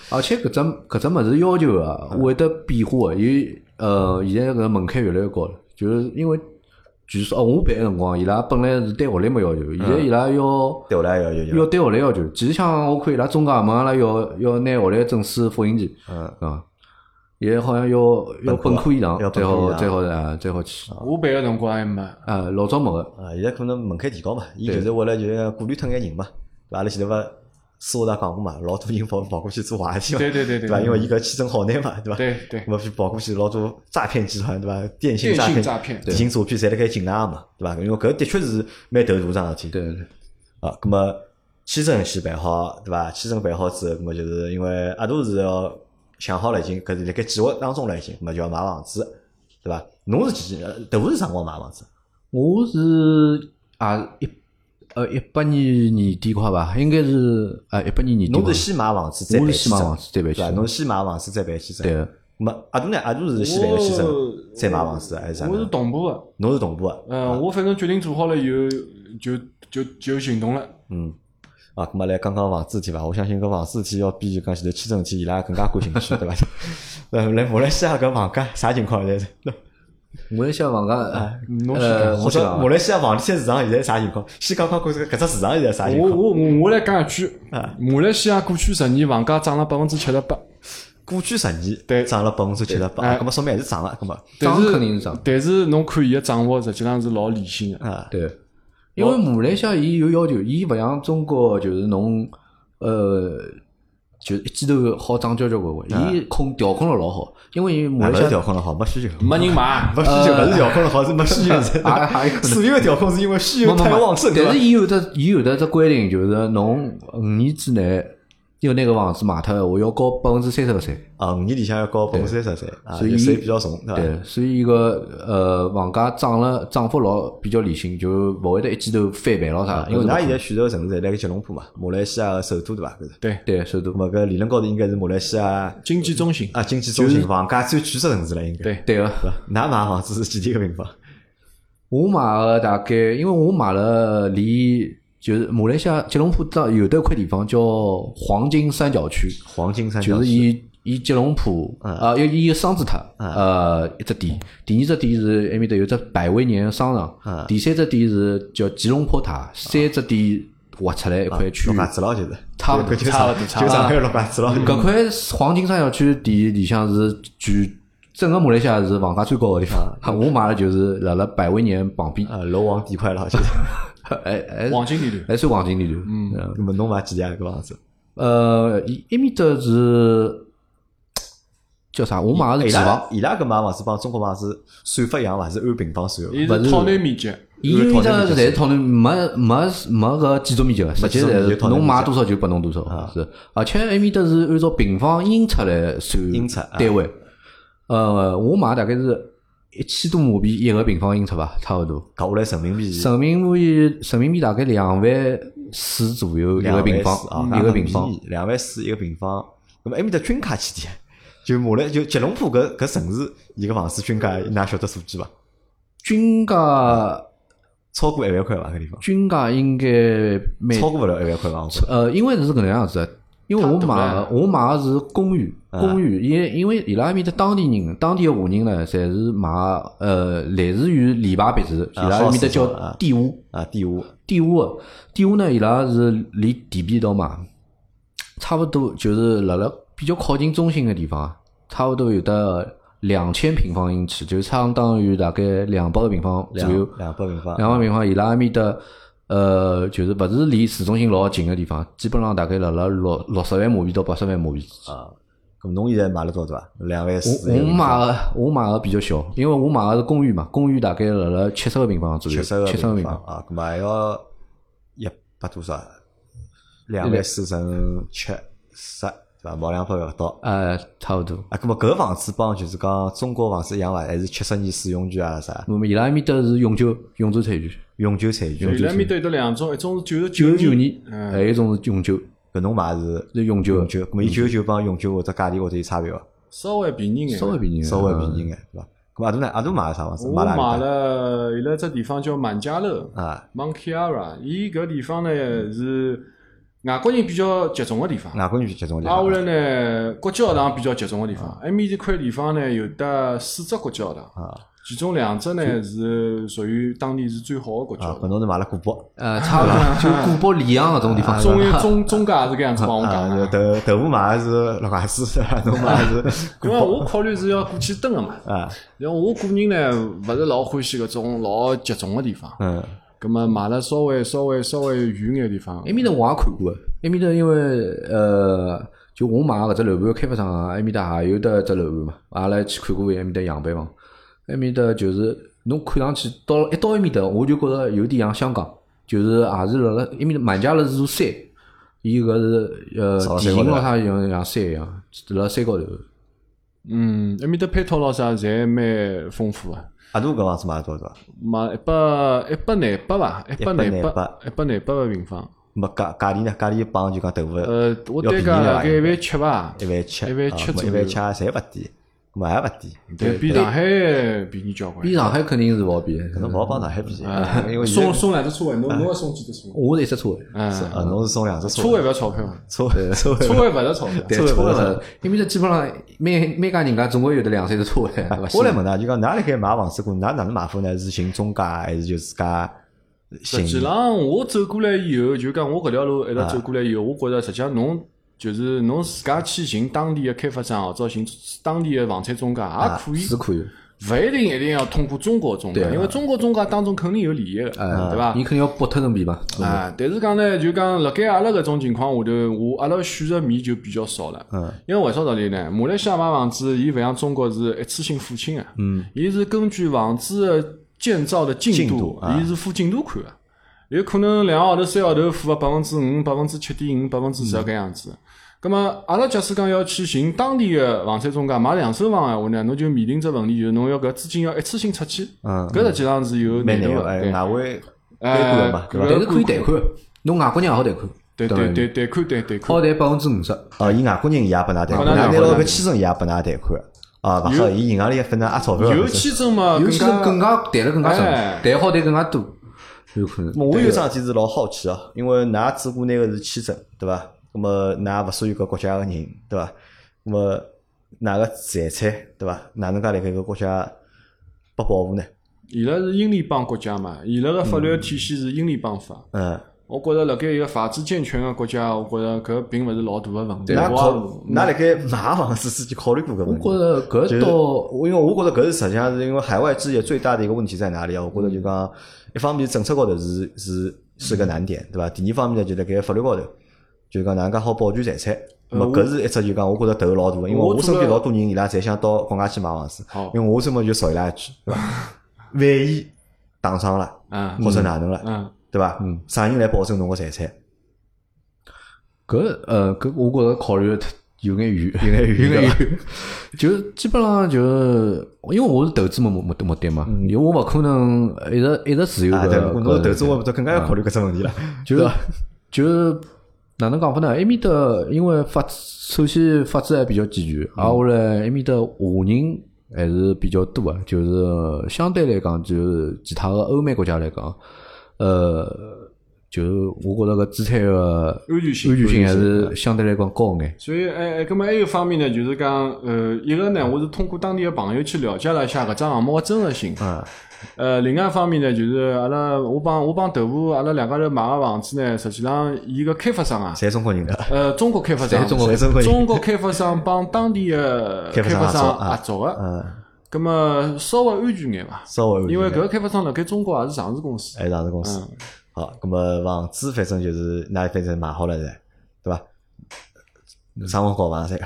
B: 而且搿只搿只物事要求啊，
A: 嗯
B: 会得变化的，伊呃现在搿门槛越来越高了，就是因为据说哦，我办个辰光，伊拉本来是对学历没要求，现在
A: 嗯
B: 伊拉要
A: 对我来要要
B: 要
A: 要。
B: 对学历要求，其实像我看伊拉中介问阿拉要要拿学历证书复印件，
A: 嗯
B: 啊，现在好像要要
A: 本
B: 本
A: 科
B: 科以上
A: 要，
B: 最
A: 本科以
B: 好
A: 上嗯
B: 最好啊最好去
C: 我办个辰光还没，
B: 啊，老早没个，
A: 啊，现在可能门槛提高嘛，伊就是为了就是鼓励脱眼人嘛，对伐？阿拉前头勿私下头讲过嘛，老多人跑跑过去做坏事嘛，
C: 对对对对
A: 伐？啊因为伊搿签证好难嘛，对伐？
C: 对对
A: 咾么就跑过去老多诈骗集团，对伐？电信
C: 电
A: 诈
C: 信
A: 骗、
C: 诈骗
A: 电信诈骗侪辣盖境外嘛，对伐？因为搿的确是蛮头大桩事体。
B: 对对
A: 啊，咁么签证先办好，对伐？签证办好之后，咁么就是因为阿杜是要想好了已经，搿是辣盖计划当中了已经，咁么就要买房子，对伐？侬是几呃豆腐是啥辰光买房子？
B: 我是啊一呃一八年年底快伐，应该是啊一八年年底
A: 侬
B: 吧。
A: 是先买房子再
B: 我
A: 办
B: 是
A: 签
B: 先买
A: 证
B: 房子，再办
A: 对伐？
B: 签证
A: 侬先买房子再办签证。
B: 对个，
A: 那么阿杜呢？阿杜是先办个签证，再买房子还是啥呢
C: 我是同步的，
A: 侬是同步啊个。
C: 嗯，我反正决定做好了以后，就就就行动了。
A: 嗯，啊，咁么来讲讲房子事体伐？我相信搿房子事体要比就讲前头签证事体伊拉更加感兴趣，对伐？呃， 来马来西亚搿房价啥情况现在？
B: 马来西亚房价，呃
C: 侬先
B: 呃，
A: 或
B: 我
A: 者
B: 讲
A: 马
B: 啊，
A: 来西亚房地产市场现在啥情况？先讲讲搿只搿只市场现在啥情
C: 我
A: 况？
C: 我我我来讲一句，马来西亚过去十年房价涨了百分之七十八，
A: 过去十年
C: 对
A: 涨了百分之七十八，
C: 哎
A: 咁么说明还是涨了，咁么
C: 但
B: 涨肯定
C: 是
B: 是涨，
C: 但是侬看伊个涨幅实际上是老理性的。
A: 啊，
B: 对。因为马来西亚伊有要求，伊勿像中国就是侬呃，就是一记头好涨交交关关，伊控调控了老好，因为伊马
A: 啊
B: 来
A: 勿
B: 西
A: 是
B: 亚
A: 调控了好，没需求，
C: 没人买，
A: 没需求，勿是调控了好，是没需求。
B: 还还有可能。
A: 所有的调控是因为需求
B: 没
A: 太
B: 没没
A: 旺盛，对
B: 但
A: 伐
B: 是？伊有的伊有的只规定，就是侬五年之内有那个房子卖脱的，我要交百分之三十个税。
A: 啊，五年里向要高百分之三十三，啊，
B: 所以
A: 就税比较重，对伐？
B: 对，所以伊个呃房价涨了涨幅老比较理性，就勿会得一记头翻倍咯啥。因为
A: 㑚
B: 侬
A: 现在选择个城市在辣盖吉隆坡嘛，马来西亚的首都对伐？搿是。
C: 对，
B: 对首都
A: 咁么搿理论高头应该是马来西亚
C: 经济中心。
A: 啊经济中心房价最贵的城市了，应该。
C: 对
B: 对啊个，
A: 伐？㑚买房子是几钿个平方？
B: 我买个大概，因为我买了离就是马来西亚吉隆坡到有的一块地方叫黄金三角区，
A: 黄金三角
B: 就是
A: 区
B: 伊伊吉隆坡啊，有伊有双子塔，呃，一只店，第二只店是埃面搭有只百威年商
A: 啊
B: 场，第三只店是叫吉隆坡塔，三只店划出来一块区
A: 六
B: 域
A: 家，子咯，就是
B: 差不多嗯
A: 搿 就
C: 差不多差
A: 就
C: 不多
A: 上海六家子咯。
B: 搿块黄金三角区地里向是全整个马来西亚是房价最高个地方， 我买了就是辣辣百威年旁边，
A: 啊，楼王地块了，就是。
B: 哎哎，
C: 黄金地段，
B: 还算黄金地段，嗯，
A: 那么侬买几钿啊？搿房子？
B: 呃，伊埃面搭是叫啥？我买的
A: 伊
B: 是几
A: 拉
B: 房？
A: 伊拉搿买房子帮中国房子算法一样伐？是按平方算的
C: 伊是套内面积，
B: 伊面搭侪是讨论没没没个建筑面积的，实际
A: 建筑面
B: 侪
A: 积
B: 是
A: 讨论面
B: 侬
A: 积啊
B: 买多少就拨侬多少，是。而且埃面搭是按照平方英尺来算
A: 英尺啊
B: 单位。呃，我买大概是一千多马币一个平方英尺吧，差不多。
A: 伐？搿下来人民币是
B: 人民币人民币大概两万四左右一
A: 两万
B: 个平
A: 四啊
B: 方，，
A: 那
B: 一个
A: 很
B: 平方
A: 便。宜两万四一个平方。那么埃面搭均价几钿？就马来就吉隆坡搿搿城市，伊个房子均价，㑚晓得数据伐？
B: 均价
A: 超过一万块伐？搿地方
B: 均价应该每
A: 超过勿了一万块伐？我觉得
B: 呃，因为是搿能样子的，因为我
C: 太
B: 买
C: 大
B: 的
C: 了
B: 我买的是公寓，
A: 嗯
B: 公寓，因因为伊拉埃面的当地人，当地的华人呢，侪是买呃，类似于礼拜别墅，伊
A: 啊
B: 拉埃面
A: house
B: 的
A: 是
B: 叫
A: 吧啊
B: 地屋，
A: 啊，地下
B: 地屋的地屋呢，伊拉是离地皮一道买，差不多就是辣辣比较靠近中心的地方啊，差不多有的两千平方英尺，就相当于大概两百个平方左右，
A: 两两百平方，
B: 两万平方，伊拉埃面搭呃，就是勿是离市中心老近个地方，基本上大概辣辣六六十万马币到八十万马币之间。
A: 啊。咁侬现在买了多少对伐？两万四。
B: 我我买个我买个比较小，因为我买个是公寓嘛，公寓大概辣辣七十个平方左右，
A: 七
B: 七
A: 十个
B: 十个
A: 平
B: 平
A: 方
B: 方。
A: 啊，咁么还要一百多少？两万四乘七十对伐？毛两百勿到。
B: 呃，差不多。
A: 啊，咁么搿房子帮就是讲中国房子一样伐？还是七十年使用权啊啥？
B: 那么伊拉埃面搭是永久永久产权，
A: 永久产权
C: 伊，拉面搭有得两种，一种是九十
B: 九九
C: 九
B: 年，哎
C: 嗯
B: 还有一种是永久，
A: 搿侬买是
B: 是永久
A: 永
B: 的，
A: 久，咁么伊九九帮永久或者价钿或者有差别伐？
C: 稍微便宜眼，
B: 稍微便宜，
A: 稍微
B: 宜。
A: 便宜眼对伐？咁阿杜呢？阿杜买了啥房子？
C: 嗯我
A: 哪
C: 买
A: 里搭
C: 了，伊拉只地方叫孟加楼
A: 啊，
C: （Montclair），伊搿地方呢是外国人比较集中个地方。
A: 外国人集中的地
C: 挨
A: 方
C: 下来啊呢，国际学堂比较集中个地方，埃面这块地方呢有得四只国际学堂，
A: 啊
C: 其中两只呢是属于当地是最好个国际
A: 啊！
C: 学
A: 搿
C: 堂。
A: 侬是买了古堡
B: 呃，差不多，就古堡里昂搿啊种地方。
C: 中间中中介也是搿样子帮我
A: 啊
C: 讲，的
A: 就，豆豆腐买的是六块 四，侬买的是
C: 因为我考虑是要过去蹲个嘛。
A: 啊
C: 然后我个人呢，勿是老欢喜搿种老集中个地方，
A: 嗯。
C: 葛末买了稍微稍微稍微远眼个地方。
B: 埃面搭我也看过，埃面搭因为呃，就我买的搿只楼盘开啊发商，埃面搭也有得只楼盘嘛，阿拉去看过埃面搭样板房，埃面搭就是侬看上去到一到埃面搭，我就觉着有点像香港，就是也是辣辣埃面搭满家了是座山，伊搿是呃
A: 朝
B: 地
A: 山高
B: 形
A: 头
B: 咯啥像像山一样，辣山高头。
C: 嗯，埃面搭配套咯啥，侪蛮丰富个。
A: 阿杜搿房子买了多少多少？
C: 买一百一百廿八吧，一百廿八，一百廿八个平方。
A: 没价价钿呢？价钿帮就讲豆腐
C: 呃，我
A: 要
C: 单
A: 便宜
C: 价
A: 了
C: 辣
A: 吧
C: 盖一万七吧，
A: 一万七，
C: 一万七
A: 啊
C: 左
A: 一万
C: 右嗯
A: 七侪勿低，咾么也勿低。
C: 对比上海便宜交关啊
B: 比。上海肯定是勿好比。
A: 侬勿好帮上海比，因为现在
C: 送送两只车位，侬侬要送几只车位？
B: 我是一只车位，
C: 嗯，
A: 啊，侬是送两只
C: 车
A: 车
C: 位
A: 位，
C: 勿要钞票，
A: 车位车位
C: 车位勿是钞票。
B: 对，
A: 车位
B: 车
A: 不
B: 位
A: 是
B: 是，因为这基本上每每家人家总归有得两三 只车位，对伐？
A: 我来问㑚，就讲㑚辣盖买房子过，㑚哪能买法呢？是寻中介还是就自家
C: 实际
A: 寻？
C: 上，我走过来以后，就讲我搿条路一直走过来以后，我觉着实际上侬就是侬自家去寻当地的开发商，或者寻当地的房产中介也可以
B: 是，可以，
C: 勿一定一定要通过中国中介，
B: 对啊
C: 因为中国中介当中肯定有利益的，对伐
A: 啊
B: 你？肯定要剥脱层皮嘛。
C: 啊，
A: 嗯
C: 但是讲呢，就讲辣盖阿拉搿种情况下头，我阿拉选择面就比较少了。
A: 嗯，
C: 因为为啥道理呢？马来西亚买房子，伊勿像中国是一次性付清啊，嗯，伊是根据房子的建造的进
A: 进度啊
C: 伊是付进度看的，有可能两个号头、三个号头付啊个百分之五、百分之七点五、百分之十搿样
A: 嗯
C: 子。咁么，阿拉假使讲要去寻当地个房产中介买两手房个闲话呢，侬就面临着问题，就是侬要搿资金要一次性出去，
A: 嗯
C: 搿实际上是有
A: 蛮
C: 难
A: 难个，
C: 度的
A: 哎，
C: 对
A: 外汇
C: 哎
A: 贷款嘛，对
C: 搿
A: 伐？
B: 但是可以贷款，侬外国人也好贷款，
C: 对
B: 吧
C: 对对，贷款对贷款。
B: 好贷百分之五十，
A: 哦，伊外国人伊也拨㑚贷款，
C: 好
A: 㑚
C: 那
A: 拿
C: 两
A: 到
C: 个
A: 搿签证伊也拨㑚贷款啊，勿好，
C: 有
A: 伊银行里分㑚压钞票。
C: 有签证嘛，
B: 尤其是
C: 更
B: 更加贷了更加准，
C: 哎
B: 贷好贷更加多，有可能。
A: 我有桩事体是老好奇哦，因为㑚主顾拿个是签证，对伐？那么㑚勿属于搿国家个人，对伐？那么㑚个财产，对伐？哪能介辣盖搿国家被保护呢？
C: 伊拉是英联邦国家嘛，伊拉个法律体系是英联邦法。
A: 嗯，
C: 我觉着辣盖一个法治健全个国家，我觉着搿并勿是老大个问题。
A: 㑚考
C: 我
A: 㑚辣盖买房子之前考虑过搿问
B: 我
A: 题？
B: 觉着
A: 就
B: 搿
A: 是
B: 倒
A: 我因为我觉得搿是实际上是因为海外置业最大的一个问题在哪里啊？我觉得就
C: 嗯
A: 讲一方面政策高头是是是个难点，对伐？第二方面呢，就辣盖法律高头，就讲哪能介好保全财产。那么搿是一只就讲，我觉得头老大的，因为
C: 呃
A: 我
C: 我做
A: 身边
C: 了
A: 老多人伊拉侪想到国外去买房子
C: 好，
A: 因为我专门就吵伊拉一句，对伐？ 万一打伤了，
C: 啊
A: 或者哪能了，
C: 嗯，
A: 对伐？啥人来保证侬个财产？
B: 搿呃搿我觉着考虑得有眼远，有眼远，有眼远。 就基本上就是因为我是投资目目目目的嘛，因为我勿可能一直一直持有
A: 嗯啊，
B: 搿
A: 对，
B: 搿
A: 如果侬是投资，
B: 搿
A: 我勿得更加要考虑搿只问题了。
C: 嗯
B: 就是就是哪能讲法呢？埃面搭因为法首先法制还比较健全，挨下来埃面搭华人还是比较多啊，就是相对来讲，就是其他个欧美国家来讲，呃，就是我觉着搿资产个
C: 安全性
B: 安全性还是相对来讲高眼。
C: 所以哎哎，葛末还有一方面呢，就是讲呃，一个呢，我是通过当地个朋友去了解了一下搿只项目个真实性。
A: 嗯，
C: 呃，另外一方面呢，就是阿拉我帮我帮豆腐，阿拉两家头买个房子呢，实际上伊个开发商 啊，
A: 侪中国人的，
C: 呃，中国开发商，
B: 侪中国
A: 中国人
C: 中国开发商帮当地的
A: 开
C: 开
A: 发商
C: 发商
A: 合作啊
C: 合作个，
A: 嗯，
C: 咁么稍微安全眼伐？
A: 稍微有
C: 因为
A: 点
C: 搿个开发商辣盖中国也是上市公司，
A: 还是上市公司。好，那么房子反正就是，那反正买好了噻，对吧？啥辰光搞房噻？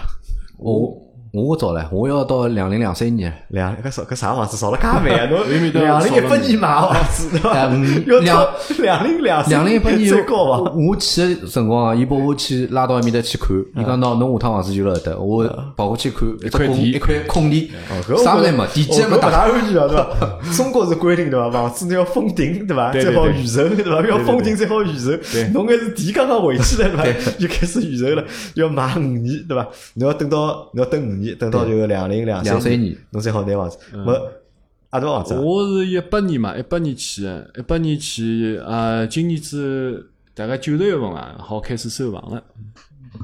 B: 我我早唻，我要到两零两三年，
A: 两搿少搿啥房子少了介慢啊！侬
C: 面 搭
A: 两零一八年买房子对伐？要到两零两
B: 两零一八年
A: 最高伐？
B: 我去的辰光啊，伊把我去拉到埃面搭去看，
A: 嗯
B: 伊讲喏，侬下趟房子就辣搿搭，我跑过去看
C: 块
B: 一块
C: 地
B: 一块空地
A: 哦搿，我
B: 啥物
A: 觉得
B: 事没，地基
A: 哦
B: 还没
A: 搿勿
B: 打，
A: 大安全啊，对伐？ 中国是规定对伐？房子你要封顶对伐？
C: 对
A: 再
C: 对
A: 好
C: 对
A: 预售对伐？要封顶再好预售。 侬搿是地刚刚回去了对 伐？就开始预售了，要买五年对伐？侬要等到侬要等五年，等到就两零两
B: 两三
A: 年嗯
B: 年，
A: 侬才好拿房子。没阿多房子啊，
C: 我是一八年嘛，一八年去的，一八年去，呃，今年子大概九十月份啊，好开始收房了，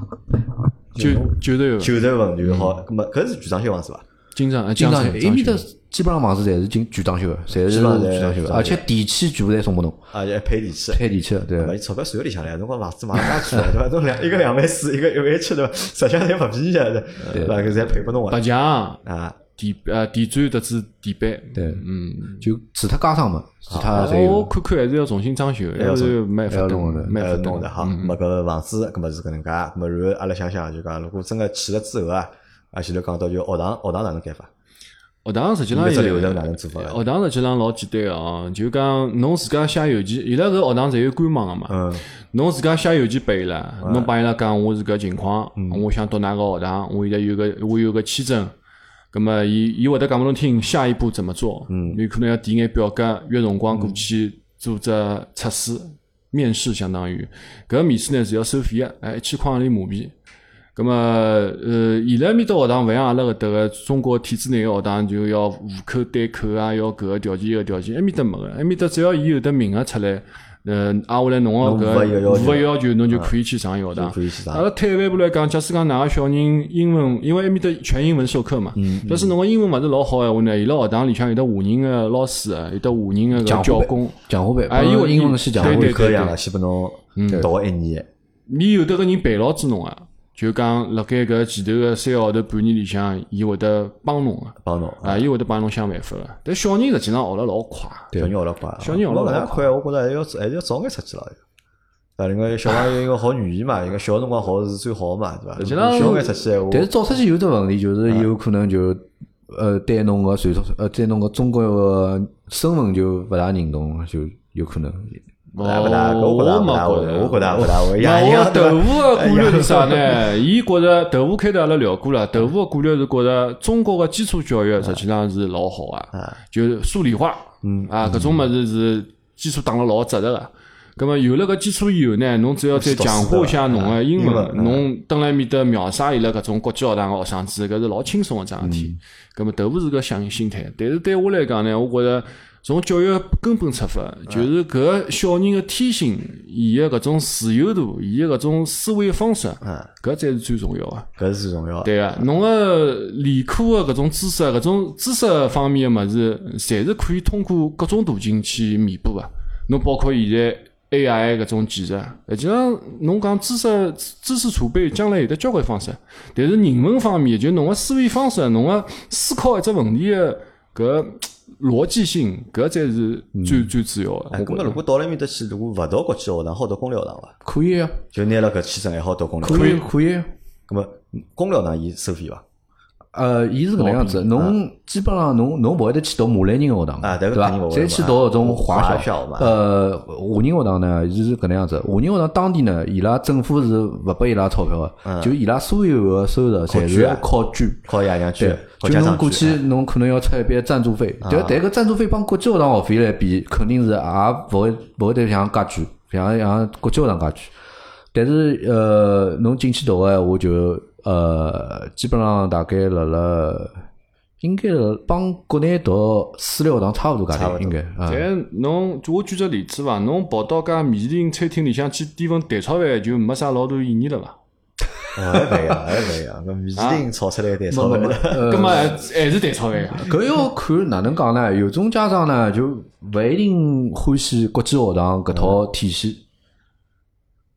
A: 九
C: 九九十月份，
A: 十份就好。咁么搿是全装修房是伐？
C: 经常啊，
B: 经常
C: 常
B: 埃面搭基本上房子侪是进全装修的，侪是
A: 基
B: 全
A: 本上侪全
B: 装修
A: 装修
B: 的，而且电器全部侪送拨侬，
A: 啊，要配地气。
B: 配电器的对
A: 勿。伊钞票算里向来，侬讲房子买了介贵了对 伐？侬两一个两万四，一个一万七对伐？实际上侪勿便宜的，对伐？搿侪配拨侬
C: 白
A: 个
C: 墙、
A: 啊。
C: 地呃地砖特子地板，
B: 对，
C: 嗯，
B: 就除脱加上嘛，
A: 啊
B: 其他侪
C: 我
B: 有。
C: 看看还是要重新装修，要是蛮
B: 啊还
C: 复
B: 要
C: 动
B: 弄的
C: 蛮
A: 呃，
C: 复动
A: 弄得好，咁么搿房子搿么是搿能介，咁么然后阿拉想啊想就讲，如果真个去了之后啊，啊前头讲到就学堂，学堂哪能开法？
C: 学堂实际上
A: 搿只
C: 也哦
A: 流程哪能做法啊
C: 学堂实际上老简单个哦，就讲侬自家写邮件，伊拉搿学堂侪有官网个嘛，
A: 嗯，
C: 侬自家写邮件拨伊拉，侬帮伊拉讲我是搿情况，我想读哪个学堂，我现在有个我有个签证，咁么伊伊会得讲拨侬听下一步怎么做，嗯，你可能要填眼表格，约辰光过去做只测试面试，相当于搿面试呢是要收费个，哎，一千块洋钿马币。咁么，呃，伊拉埃面搭学堂勿像阿拉搿搭个中国体制内个学堂，就要户口对口啊，要搿个条件搿个条件，埃面搭没个，埃面搭只要伊有得名额出来，呃，挨下来侬
A: 侬
C: 个
A: 符合伊个要
C: 搿
A: 求
C: 符合要求，侬就可以去上伊学堂
A: 就。可以去
C: 阿
A: 上。
C: 拉退一万步来讲，假使讲㑚个小人英文，因为埃面搭全英文授课嘛，
A: 嗯
C: 假使侬个英文勿是老好个闲话呢，伊拉学堂里向有得华人个老师啊，有得华人个
B: 讲
C: 搿教
B: 话呗
C: 工，
B: 讲话呗，
C: 哎
B: 帮
C: 因为
B: 英文系讲话
C: 对
A: 户
C: 对嗯
A: 口一样啊个，先拨侬读个一年，
C: 你有得个人陪牢住侬啊，就讲辣盖搿前头个三个号头半年里向，伊会得帮侬个。
A: 帮侬。
C: 啊，伊会得帮侬想办法个。但小人实际上学了老快，
A: 小人学了快，
C: 小人学了
A: 老
C: 老快
A: 快，我觉着还要还是要早眼出去了。对伐？因为小朋友因为学语言嘛，因为小辰光学是最好个嘛，对伐？
C: 实际上
A: 小眼出去闲话，
B: 但是早出去有只问题，就是
A: 啊
B: 有可能就呃对侬个传统呃对侬个中国个身份就勿大认同，就有可能。
A: 勿大勿啊大，搿我觉
C: 我
A: 着
C: 没
A: 勿大会，我觉着
C: 觉
A: 勿大会。
C: 那
A: 爷
C: 我
A: 娘对
C: 啊
A: 伐？
C: 豆腐个顾虑是啥 呢？伊觉着豆腐开头阿拉聊过了，豆腐个顾虑是觉着中国个基础教育实际上是老好啊，就是数理化，嗯啊，搿种物事是基础打了老扎实个。葛么有了搿基础以后呢，侬只要再
A: 是读
C: 强
A: 书
C: 化
A: 的
C: 一下侬个啊英
A: 英文
C: 文，啊
A: 嗯
C: 侬蹲辣埃面搭秒杀伊拉搿种国际学堂个学生子，搿是老轻松个桩事体。葛么豆腐是搿响心态，但是对我来讲呢，我觉着。从教育根本出发，就是搿小人个天性，伊个搿种自由度，伊个搿种思维方式，搿才是最重要
A: 搿
C: 个。
A: 是最重要的。
C: 对个，侬个理科个搿种知识，啊搿种知识方面个物事，侪是可以通过各种途径去弥补个。侬包括现在 AI 搿种技术，啊实际上侬讲知识知识储备，将来有得交关方式。但是人文方面，就侬个思维方式，啊侬个思考一只问题个搿逻辑性，搿才是最最主要个。
A: 哎，搿
C: 我觉
A: 么
C: 着
A: 如果到了埃面搭去，如果勿读国际学堂，好读公立学堂伐？
B: 可以啊，
A: 就拿了搿签证还好读公立。
B: 可以可以啊。
A: 搿么公立学堂伊收费伐？
B: 呃，伊是搿能样子，侬基本上侬侬勿会得去读马来人个学堂，
A: 啊
B: 对
A: 对
B: 伐
A: 肯定？勿会
B: 侪
A: 嘛
B: 去读搿种
A: 华
B: 校
A: 校嘛
B: 呃，华人学堂呢，伊是搿能样子。华人学堂当地呢，伊拉政府是勿拨伊拉钞票个，就伊拉所有个收入侪
A: 捐
B: 是
A: 嗯啊
B: 靠捐。
A: 靠爷娘去
B: 对，，
A: 靠
B: 就
A: 家
B: 侬
A: 长
B: 过
A: 去。哎啊
B: 去侬可能要出一笔赞助费，但但搿赞助费帮国际学堂学费来比，肯定是也勿会勿会得像介贵，像像国际学堂介贵。但是呃，侬进去读个闲话就呃，基本上大概辣辣应该是帮国内读私立学堂差勿多介
A: 差
B: 钿，
A: 勿多
B: 应该啊。
C: 但侬我举只例子伐，侬跑到家米其林餐厅里向去点份蛋炒饭，就没啥老大意义了伐？
A: 哦还勿一样，还勿啊一样。搿米其林炒出来个蛋炒饭，
C: 葛末还还哎是蛋炒饭
A: 哦
C: 啊？
B: 搿要看哪能讲呢？有种家长呢，就勿一定欢喜国际学堂搿套体系，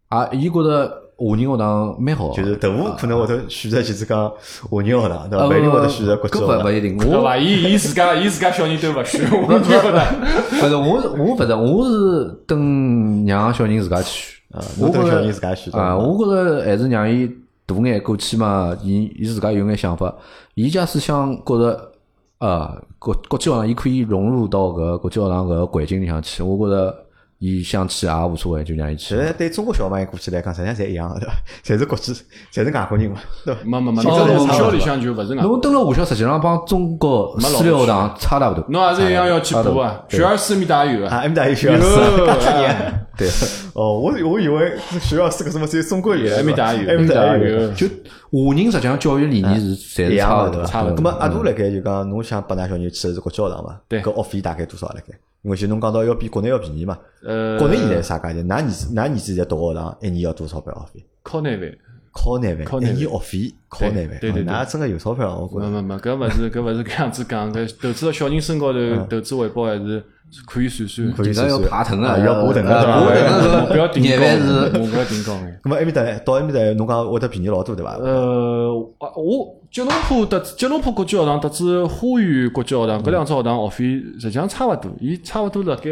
B: 啊，伊觉着华人学堂蛮好。
A: 就是豆腐可能会得选择就是讲华人学堂，对
B: 啊
A: 伐？
B: 呃，
A: 勿一定会得
B: 勿
A: 选择国际学
B: 搿勿勿
A: 堂。
B: 一定，
C: 对伐？
B: 我
C: 伊伊自家伊自家小人都勿选，我觉得
B: 勿是我是我勿是我是等让小人自家去
A: 啊，
B: 我
A: 侬
B: 觉
A: 等小
B: 着
A: 人自家选择
B: 啊，我觉着还是让伊大眼过去嘛，伊伊自家有眼想法，伊假使想觉着啊，国国际学堂伊可以融入到搿个国际学堂搿个环境里向去，我觉着伊想去也无所谓，就让伊
A: 其
B: 去。
A: 实对中国小朋友过去来讲，实际上侪一样的， 对伐？侪是国际，侪是外国人嘛， 对伐？
C: 没没
A: 哦
C: 没，侬
A: 哦
C: 在学校里向就勿是外国
B: 侬
C: 人，
B: 登了华校，实际上帮中国
C: 没老
B: 私立
C: 多
B: 学堂差大勿大。
C: 侬还是一样要去补啊。学而思密达有
A: 啊，
C: 啊，
A: 埃面搭有学
C: 有
A: 校师。
C: 啊
B: 对。
A: 哦，我我以为学校师搿什么只有中国有，
C: 埃面搭有，
A: 埃面搭有。
C: 有。
B: 就华人实际上教育理念是侪
A: 一
B: 是
A: 样
B: 差
A: 的
B: 勿多
A: 对嗯
B: 的，
A: 伐？
B: 勿
A: 咁么阿杜辣盖就讲，侬想拨㑚小人去的是国际学堂嘛？
C: 对
A: 搿学费大概多少辣盖？因为就侬讲到要比国内要便宜嘛。
C: 呃，
A: 国内现在是啥价钿？㑚儿子㑚儿子现在读学堂一年要多少钞票学费？
C: 靠那位，
A: 靠廿
C: 靠
A: 万，
C: 廿
A: 一
C: 万
A: 年学费靠廿万，
C: 对对对嗯对
A: 哦㑚真个有钞票，我觉
C: 没
A: 着。
C: 没没，搿勿是搿勿是搿样子讲，搿投资到小人身高头，投资回报还是可以算算。
A: 嗯可以
B: 人家
A: 试
B: 要
A: 试
B: 爬藤啊
A: 啊要
B: 要
A: 爬藤
B: 啊
A: 啊，对
B: 爬
A: 伐哎
B: 我藤搿个
C: 目标定
B: 眼
C: 高
B: 饭是，
C: 目标定高眼。
A: 咁么埃面搭到埃面搭，侬讲会得便宜老多对伐？
C: 呃，啊我吉隆坡的吉隆坡国际学堂，得知花园国际学堂，搿两只学堂学费实际上差勿多，伊差勿多辣盖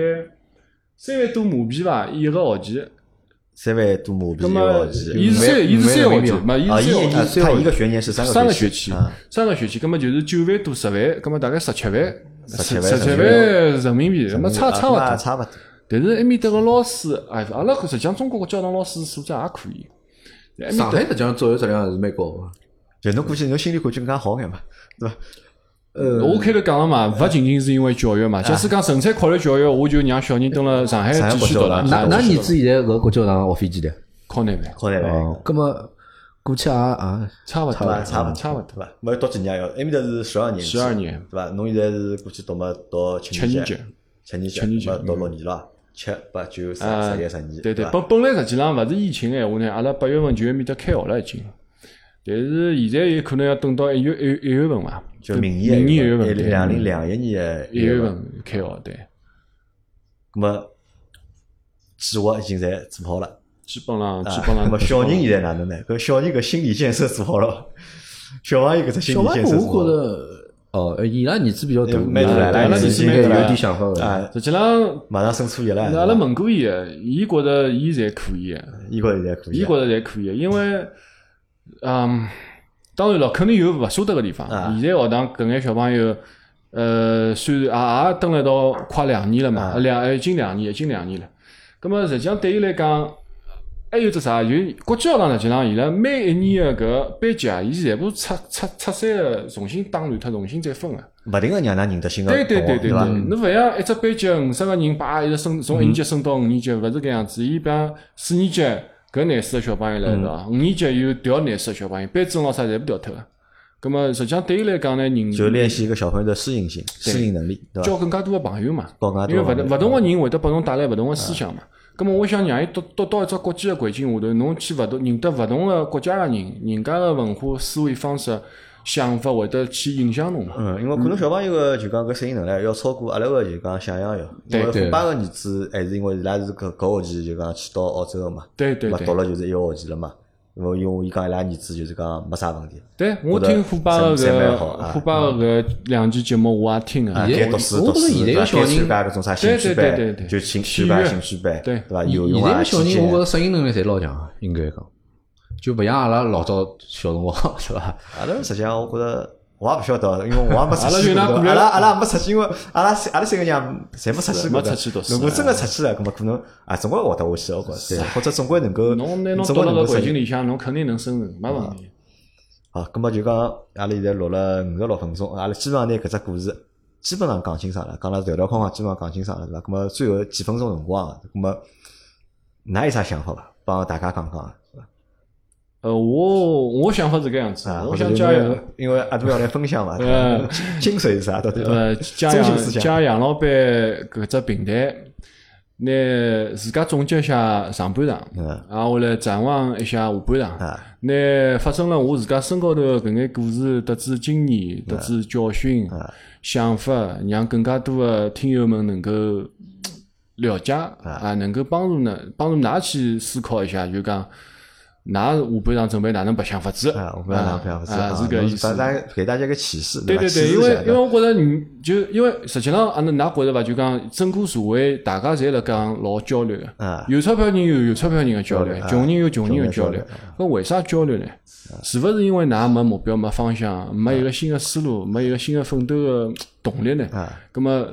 C: 三万多马币伐，一个学期。
A: 三万多马币哦
C: 葛
A: 一
C: 末
A: 个学期。
C: 伊是三伊是三
B: 五万五
C: 个学
B: 万
C: 期
B: 人，民
C: 没伊
A: 啊，
C: 是
A: 伊一年
C: 三个
B: 三
A: 他
B: 个
A: 一个学年是
C: 哦三
A: 个
C: 个
A: 学
C: 学
A: 期
C: 期
A: 啊，
C: 三个学期，葛末就是九万多十万，葛末大概十七万，
A: 17
C: 十
A: 万
C: 十七
A: 17
C: 万人民币，葛末差差勿
A: 啊
C: 多。
A: 差勿多。
C: 但是埃面搭个老师，哎，阿拉实际上中国个教堂老师素质也可以。埃面搭
B: 上海实际上教育质量还是蛮高的。
A: 就侬估计侬心里感觉更加好眼嘛，对伐？呃
C: 我开头讲了嘛，勿仅仅是因为教育嘛，假使讲纯粹考虑教育，我就让小人蹲辣上海
A: 上海
C: 继续
A: 不
C: 读
A: 读了
B: 那
A: 那
B: 那
A: 我
B: 儿子现在搿国教堂学费几钿？
C: 考难办，
A: 考难办，
B: 哦，葛么啊过去也也
C: 差勿
A: 差
C: 多
A: 勿，差勿
C: 差勿多。
A: 对伐？没读几年要，埃面搭是十二年制，
C: 12年
A: 对伐？侬现在是估计读么读七
C: 七
A: 年
C: 年
A: 级
C: 级，
A: 七年级，
C: 七年级
A: 没读六年了，七八九十
C: 啊
A: 十一十二，
C: 对对，
A: 伐？
C: 本本来实际上勿是疫情个闲话呢，阿拉八月份、九月面搭开学了已经。但是现在有可能要等到一月、一一月份嘛，
A: 就
C: 对
A: 明
C: 明
A: 年
C: 年
A: 一
C: 一月份，对
A: 两零两一年
C: 一月，份开学，对，
A: 那么计划已经侪做好了。
C: 基本上
A: 啊
C: 基本上
A: 那么
C: 都
A: 小人
C: 好
A: 现在哪能呢？搿小人搿心理建设做好了伐，小朋友搿只心
B: 小
A: 理
B: 朋
A: 建
B: 友
A: 设做好
B: 我觉
A: 了。
B: 得哦，伊拉儿子比较大，
A: 对蛮
C: 大了
B: 伊
C: 对
B: 拉儿子啊应该有点想法个。
A: 啊，
C: 实际上，
A: 马上升初一了，
C: 阿拉问过伊个，伊觉着伊侪可以个，
A: 伊觉着现在可以
C: 伊
A: 啊。
C: 觉着侪可以个，因为，嗯，当然了，肯定有勿晓得个地方
A: 啊。
C: 现在学堂搿眼小朋友，呃，虽然也也蹲了一道快两年了嘛，呃
A: 啊
C: 两已经两年，已经两年了。葛么实际上对伊来讲，还有只啥？就国际学堂实际上，伊拉每一年个搿班级啊，伊全部拆拆拆散个，重新打乱脱，重新再分啊个。
A: 勿停个让㑚认得新个
C: 对对对
A: 对
C: 对
A: 伐？
C: 侬勿像一只班级五十个人，叭一直升从一年级升到五年级，勿是搿样子。伊比方四年级搿廿四个小朋友来了，五年级有调廿四个小朋友，班主任老师也侪部调脱个。葛末实际上对伊来讲呢，人
A: 就练习一个小朋友的适应性、适应能力，对伐？
C: 交更加多个朋友嘛，
A: 搞外
C: 因为勿
A: 勿
C: 同勿同个人会得拨侬带来勿同个思想嘛。葛末我想让伊到到到一只国际个环境下头，侬去勿同认得勿同个国家个人，人家个文化、思维方式、想法会得去影响侬嘛。
A: 嗯，因为可能小朋友个就讲搿适应能力要超过阿拉个就讲想象要。因
C: 对
A: 为
B: 对
A: 虎爸个儿子还是因为伊拉是搿搿学期就讲去到澳洲个嘛，
C: 对对
A: 嘛
C: 对
A: 读。了就是一个学期了嘛。因为因为伊讲伊拉儿子就是讲没啥问题，
C: 对，我
A: 觉得
C: 听虎爸
A: 真
C: 个
A: 真蛮
C: 搿
A: 好啊
C: 虎爸个搿两期节目我也听个，
A: 啊，
B: 现在
A: 该读书
B: 我
A: 读
B: 觉得
A: 书，
B: 现在
A: 对伐？该参加
B: 个小人
A: 搿种啥兴趣
C: 对对对对
A: 班，
C: 对
A: 就兴
C: 体
A: 趣班、
C: 育
A: 兴趣班，
C: 对
A: 对伐？
B: 啊现
A: 游泳
B: 在
A: 啊，
B: 个小
A: 击
B: 人，我觉
A: 剑
B: 着适应能力侪老强啊，应该讲，就勿像阿拉老早小辰光 是伐？
A: 阿拉实际上，我觉着我也勿晓得，因为我也没出
C: 阿拉
A: 去过
C: 就拿
A: 对伐。
C: 鼓励
A: 阿拉阿拉也没出去，因为阿拉三阿拉三个娘侪没出去过
C: 没
A: 的。
C: 出去读书
A: 如果真个出去了，葛么可能啊，总归活得下去，我觉着对，或者总归能够，
C: 侬拿侬
A: 总
C: 到
A: 归
C: 了
A: 能够
C: 搿
A: 适
C: 环境
A: 应。
C: 里向，侬肯定能生存，没问
A: 啊
C: 题。
A: 好，葛么就讲阿拉现在录了五十六分钟，阿拉基本上拿搿只故事基本上讲清爽了，讲了条条框框基本上讲清爽了，对伐？葛么最后几分钟辰光啊，葛么㑚有啥想法伐？帮大家讲啊讲。是伐
C: 呃，我我想法是搿样子
A: 啊，，
C: 我
A: 或者
C: 想加
A: 因为
C: 养，
A: 因为阿杜要来分享嘛，
C: 呃
A: 精髓是啥？到底伐
C: 呃，加
A: 中心
C: 养
A: 思想
C: 加养老板搿只平台，拿自家总结一下上半场，
A: 嗯
C: 然后来展望一下下半场。
A: 啊。
C: 拿发生了我自家身高头的搿眼故事，得知经验，得
A: 嗯
C: 知教训、想法，让更加多的听友们能够嘖了解
A: 嗯
C: 啊，能够帮助呢，帮助㑚去思考一下，就讲㑚下半场准备哪能白相法子
A: 啊，我不要拿不要不
C: 啊是搿意思
A: 大。家给大家一个启示，
C: 对
A: 吧
C: 对
A: 启示一
C: 对，因为
A: 下
C: 因为
A: 吧
C: 我觉着你就因为实际上，阿拉㑚觉着伐？就讲整个社会大家侪辣讲老焦虑个
A: 啊，
C: 有钞票人有有钞票人个焦
A: 焦虑
C: 虑
A: 啊，
C: 穷人有穷人个
A: 穷
C: 焦
A: 人
C: 虑
A: 的焦。
C: 搿为啥焦虑呢？是勿是因为㑚没目标、没方向、没一个新个思路、没一个新个奋斗个动力呢？
A: 啊，
C: 葛么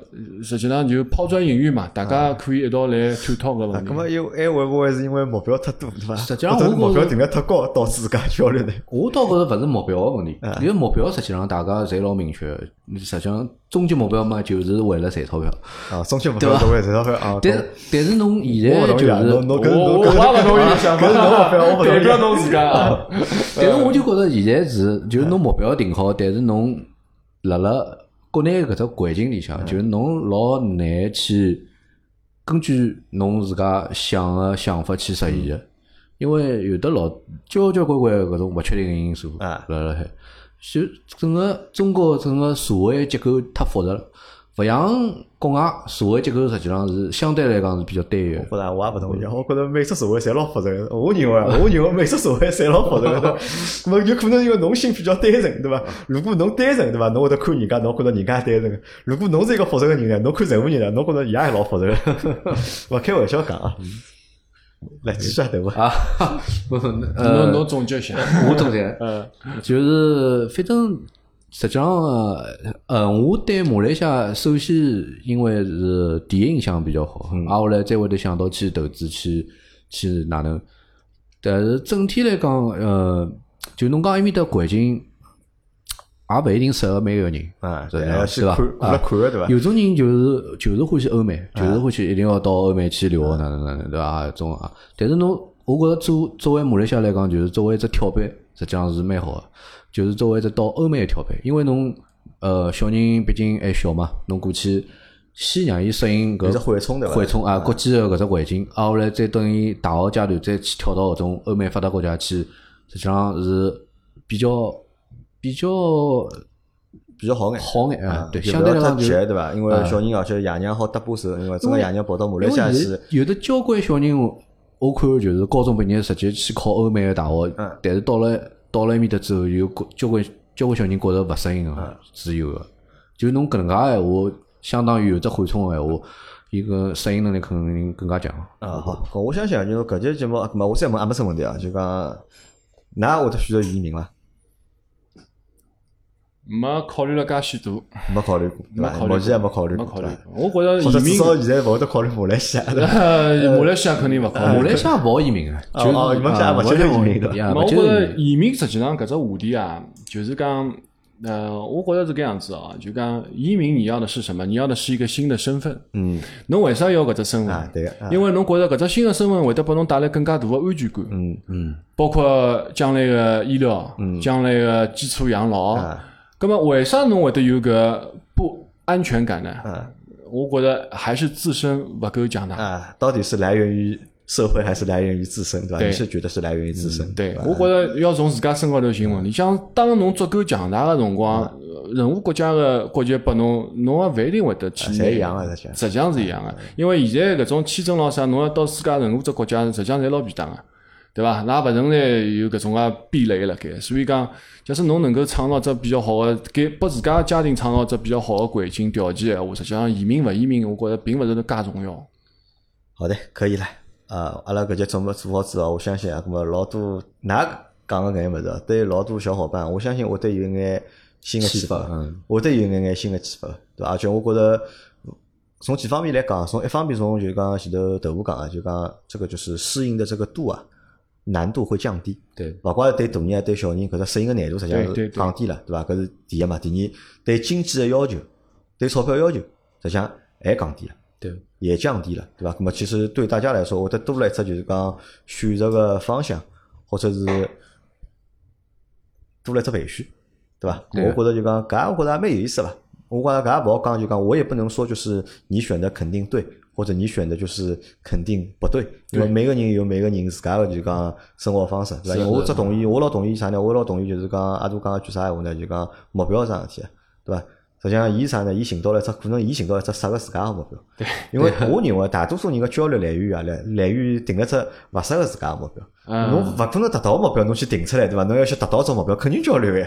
C: 实际上就抛砖引玉嘛，大家可以一道来探讨搿问
A: 那
C: 题。
A: 么又还会不会是因为目标太多，对吧？
B: 实际上
A: 或者是目
B: 我觉
A: 标
B: 得
A: 定得太高，导致自家焦虑呢？
B: 我倒觉着勿是目标个问题，
A: 啊
B: 因为目标实际上大家侪老明确的，实际上终极目标嘛，就是为了赚钞票。
A: 啊，中间目标都会是要啊，
B: 但是但是侬现
A: 我
B: 在
A: 不
B: 就
A: 同意啊，侬
B: 是，
A: 侬跟
C: 我
A: 侬
C: 我
A: 跟
C: 也勿同意，想法
A: 跟侬目标，我不同
C: 代表
A: 意啊。
C: 侬自家啊。
B: 但是我就觉着现在是，就是侬目标定好，但是侬辣辣国内搿只环境里向，就是侬老难去根据侬自家想个想法去实现个，因为有的老交交关关搿种勿确定个因素
A: 啊
B: 辣辣海，就整个中国整个社会结构太复杂了。勿像国外社会结构，实际上是相对来讲是比较单一的。
A: 不然我也不同意啊，我觉得每只社会侪老复杂的。我认为啊，我认为每只社会侪老复杂的对 吧。那么有可能因为侬心比较单纯，对伐？如果侬单纯，对伐？侬会得看人家，侬觉着人家单纯。如果侬是一个复杂个人呢，侬看任何人呢，侬觉着伊也老复杂个。 勿开玩笑讲啊，
C: 嗯
A: 来继续啊，对伐？
B: 啊，不是， 呃
C: 侬，侬总结一下，
B: 我总结，
C: 呃，
B: 就是反正实际上，呃，我对马来西亚首先因为是第一印象比较好，啊，后来再会得想到去投资去去哪能，但是整体来讲，呃，就侬讲埃面搭环境，也勿一定适合每个人。
A: 啊，
B: 是
A: 对，
B: 这样
A: 要去
B: 是吧
A: 看，过来看个对伐？
B: 有种人就是就是欢喜欧美，
A: 啊
B: 就是欢喜一定要到欧美去留学哪能哪能对伐？啊，种啊，但是侬，我觉着作作为马来西亚来讲，就是作为一只跳板，实际上是蛮好的，就是作为一只到欧美的跳板，因为侬呃小人毕竟还小嘛，侬过去先让伊适应搿
A: 有只缓冲对伐
B: 缓冲啊，国际的搿只环境，啊，后来再等伊大学阶段再去跳到搿种欧美发达国家去，实际上是比较比较
A: 比较好哎眼。
B: 好眼啊，对，
A: 就
B: 相
A: 不
B: 对
A: 要
B: 来
A: 太
B: 讲就
A: 急，
B: 是
A: 对伐？因为小人而且爷娘好搭把手，因为真个爷娘跑到马
B: 因
A: 来
B: 为
A: 西亚
B: 现
A: 去
B: 在，有的交关小人，我我看就是高中毕业直接去考欧美的大学，
A: 嗯
B: 但是到了到了埃面搭之后，有个交关交关小人觉着勿适应啊
A: 嗯
B: 个，是有个。就侬搿能介闲话，相当于有只缓冲个闲话，伊个适应能力肯定更加强。
A: 啊，好，搿我相信啊，就是搿节节目，咾么我再问阿没什么问题啊，就讲，㑚会得选择移民伐？
C: 没考虑了介许多，
A: 没考虑过，对
C: 没
A: 伐？
C: 考虑过，
A: 目前也没考虑
C: 没
A: 过，
C: 考
A: 对
C: 虑
A: 伐。
C: 过。我觉
A: 或
C: 着
A: 者
C: 移
A: 至
C: 民，
A: 少现在勿会得考虑马来西亚，对伐？
C: 呃马来西亚肯定勿考
B: 马
C: 虑。
B: 哦来西亚勿好移民啊，啊就
A: 嗯
B: 是
A: 哦哦马来西亚勿接受移民的
B: 呀
C: 没
B: 勿
C: 我
B: 接
C: 觉
B: 受移
C: 着
B: 民
C: 移民实际上搿只话题啊，就是讲，呃，我觉着是搿样子啊，就讲移民你要的是什么？你要的是一个新的身份。
A: 嗯，
C: 侬为啥要搿只身份？
A: 啊，对个，啊
C: 因为侬觉着搿只新的身份会得拨侬带来更加大的安全感，
A: 嗯
B: 嗯，
C: 包括将来个医疗，将来个基础养老。
A: 啊
C: 咁么为啥侬会得有搿不安全感呢？
A: 啊
C: 我觉着还是自身勿够强大。
A: 啊，到底是来源于社会还是来源于自身，对伐？
C: 对嗯
A: 你是觉得是来源于自身，
C: 对，
A: 伐
C: 我觉着要从自家身高头寻问题。像当侬足够强大个辰光，
A: 嗯
C: 呃任何国家个国籍拨侬，侬也勿一定会得去
A: 啊
C: 拿。
A: 侪一嗯样个，实际上
C: 实际上是一样的，因为现在搿种签证咾啥，侬要到世界任何只国家，实际上侪老便当个，对伐？㑚勿存在有搿种啊壁垒辣盖，所以讲，假使侬能够创造只比较好个，给拨自家家庭创造只比较好个环境条件闲话，实际上移民勿移民，我觉着并勿是介重要。
A: 好的，可以了。啊，阿拉搿节节目做好之后，我相信啊，搿么老多㑚讲个搿眼物事啊，对老多小伙伴，我相信会得有一眼新个启发，
B: 嗯，
A: 会得有一眼眼新个启发，对伐？而且我觉着从几方面来讲，从一方面从就讲前头头部讲啊，就讲这个就是适应的这个度啊，难度会降低。
B: 对，
A: 勿怪对大人啊对小人，搿只适应个难度实际上
C: 对
A: 是
C: 对对
A: 降低了，对伐？搿是第一嘛。第二，对经济个要求，对钞票要求，实际上还降低了。
B: 对，
A: 也降低了，对吧？那么其实对大家来说，会得多了一只就是讲选择个方向，或者是多了一只培训，对吧？
B: 对的
A: 我觉得就讲搿，啊我觉得还蛮有意思吧。我觉得搿也勿好讲，就讲我也不能说就是你选的肯定对，或者你选的就是肯定不对，因为每个人有每个人自家个就讲生活方式，对吧？
B: 是
A: 因为我
B: 是
A: 只同意，我老同意啥呢？我老同意就是讲阿杜讲个句啥闲话呢？就讲目标是啥事体啊，对吧？实际上，伊啥呢？伊寻到了一只可能，伊寻到了一只适合自家个目标。对，因为我认为大多数人个焦虑来源于啊，来来源于定一只勿适合自家个目标。
C: 嗯
A: 侬勿可能达到目标，侬去定出来对伐？侬要去达到这目标，肯定焦虑个呀，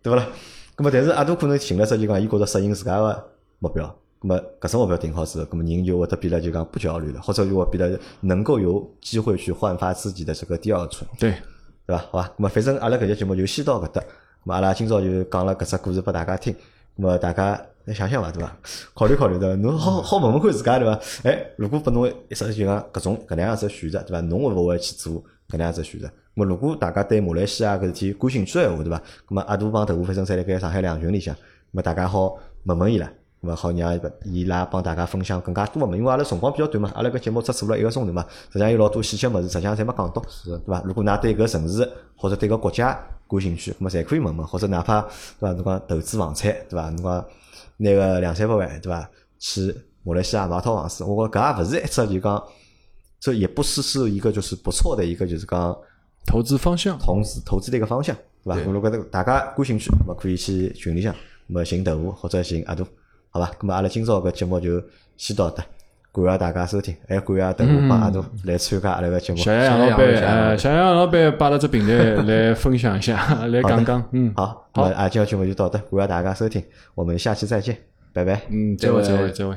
A: 对勿啦？咁么，但是阿杜可能寻了只就讲，伊觉着适应自家个目标，咁么搿只目标定好之后，咁么人就会得变得就讲不焦虑了，或者就会变得能够有机会去焕发自己的这个第二春。
C: 对，
A: 对伐？好吧，咁啊，反正阿拉搿节节目就先到搿搭。咁啊阿拉今朝就讲了搿只故事拨大家听，咁啊，大家来想想伐，对伐？考虑考虑对伐？侬好好问问看自家对伐？哎，如果拨侬一只就讲搿种搿能样子选择对伐？侬会勿会去做搿能样子选择？咁啊如果大家对马来西亚搿事体感兴趣个闲话对伐？咁啊，阿杜帮豆腐反正侪辣盖上海两群里向，咁啊，大家好问问伊拉。咁啊，好让伊拉帮大家分享更加多个嘛，因为阿拉辰光比较短嘛，阿拉搿节目只做了一个钟头嘛，实际上有老多细节物事，实际上侪没讲到，
B: 是
A: 对伐？如果㑚对搿城市或者对搿国家感兴趣，咁么啊侪可以问问，或者哪怕对伐？侬讲投资房产，对伐？侬讲拿个两三百万，对伐？去马来西亚买套房子，我觉搿也勿是一只就讲，这也不失是一个就是不错的一个就是讲
C: 投资方向。
A: 投资投资的一个方向，对伐？
B: 对
A: 如果大家感兴趣，咁么可以去群里向，咁么寻豆腐或者寻阿杜，好伐？咁么阿拉今朝搿节目就先到这，感谢大家收听，哎还感谢豆腐帮阿杜来参加阿拉个节目。
C: 小杨杨老
B: 小
C: 板，
B: 杨小杨
C: 呃，小杨老板摆了只平 台来分享一下，来讲讲，嗯，
A: 好，那么啊，今朝节目就到这，感谢大家收听，我们下期再见，拜拜。
C: 嗯，这位
B: 对
C: 这位这位。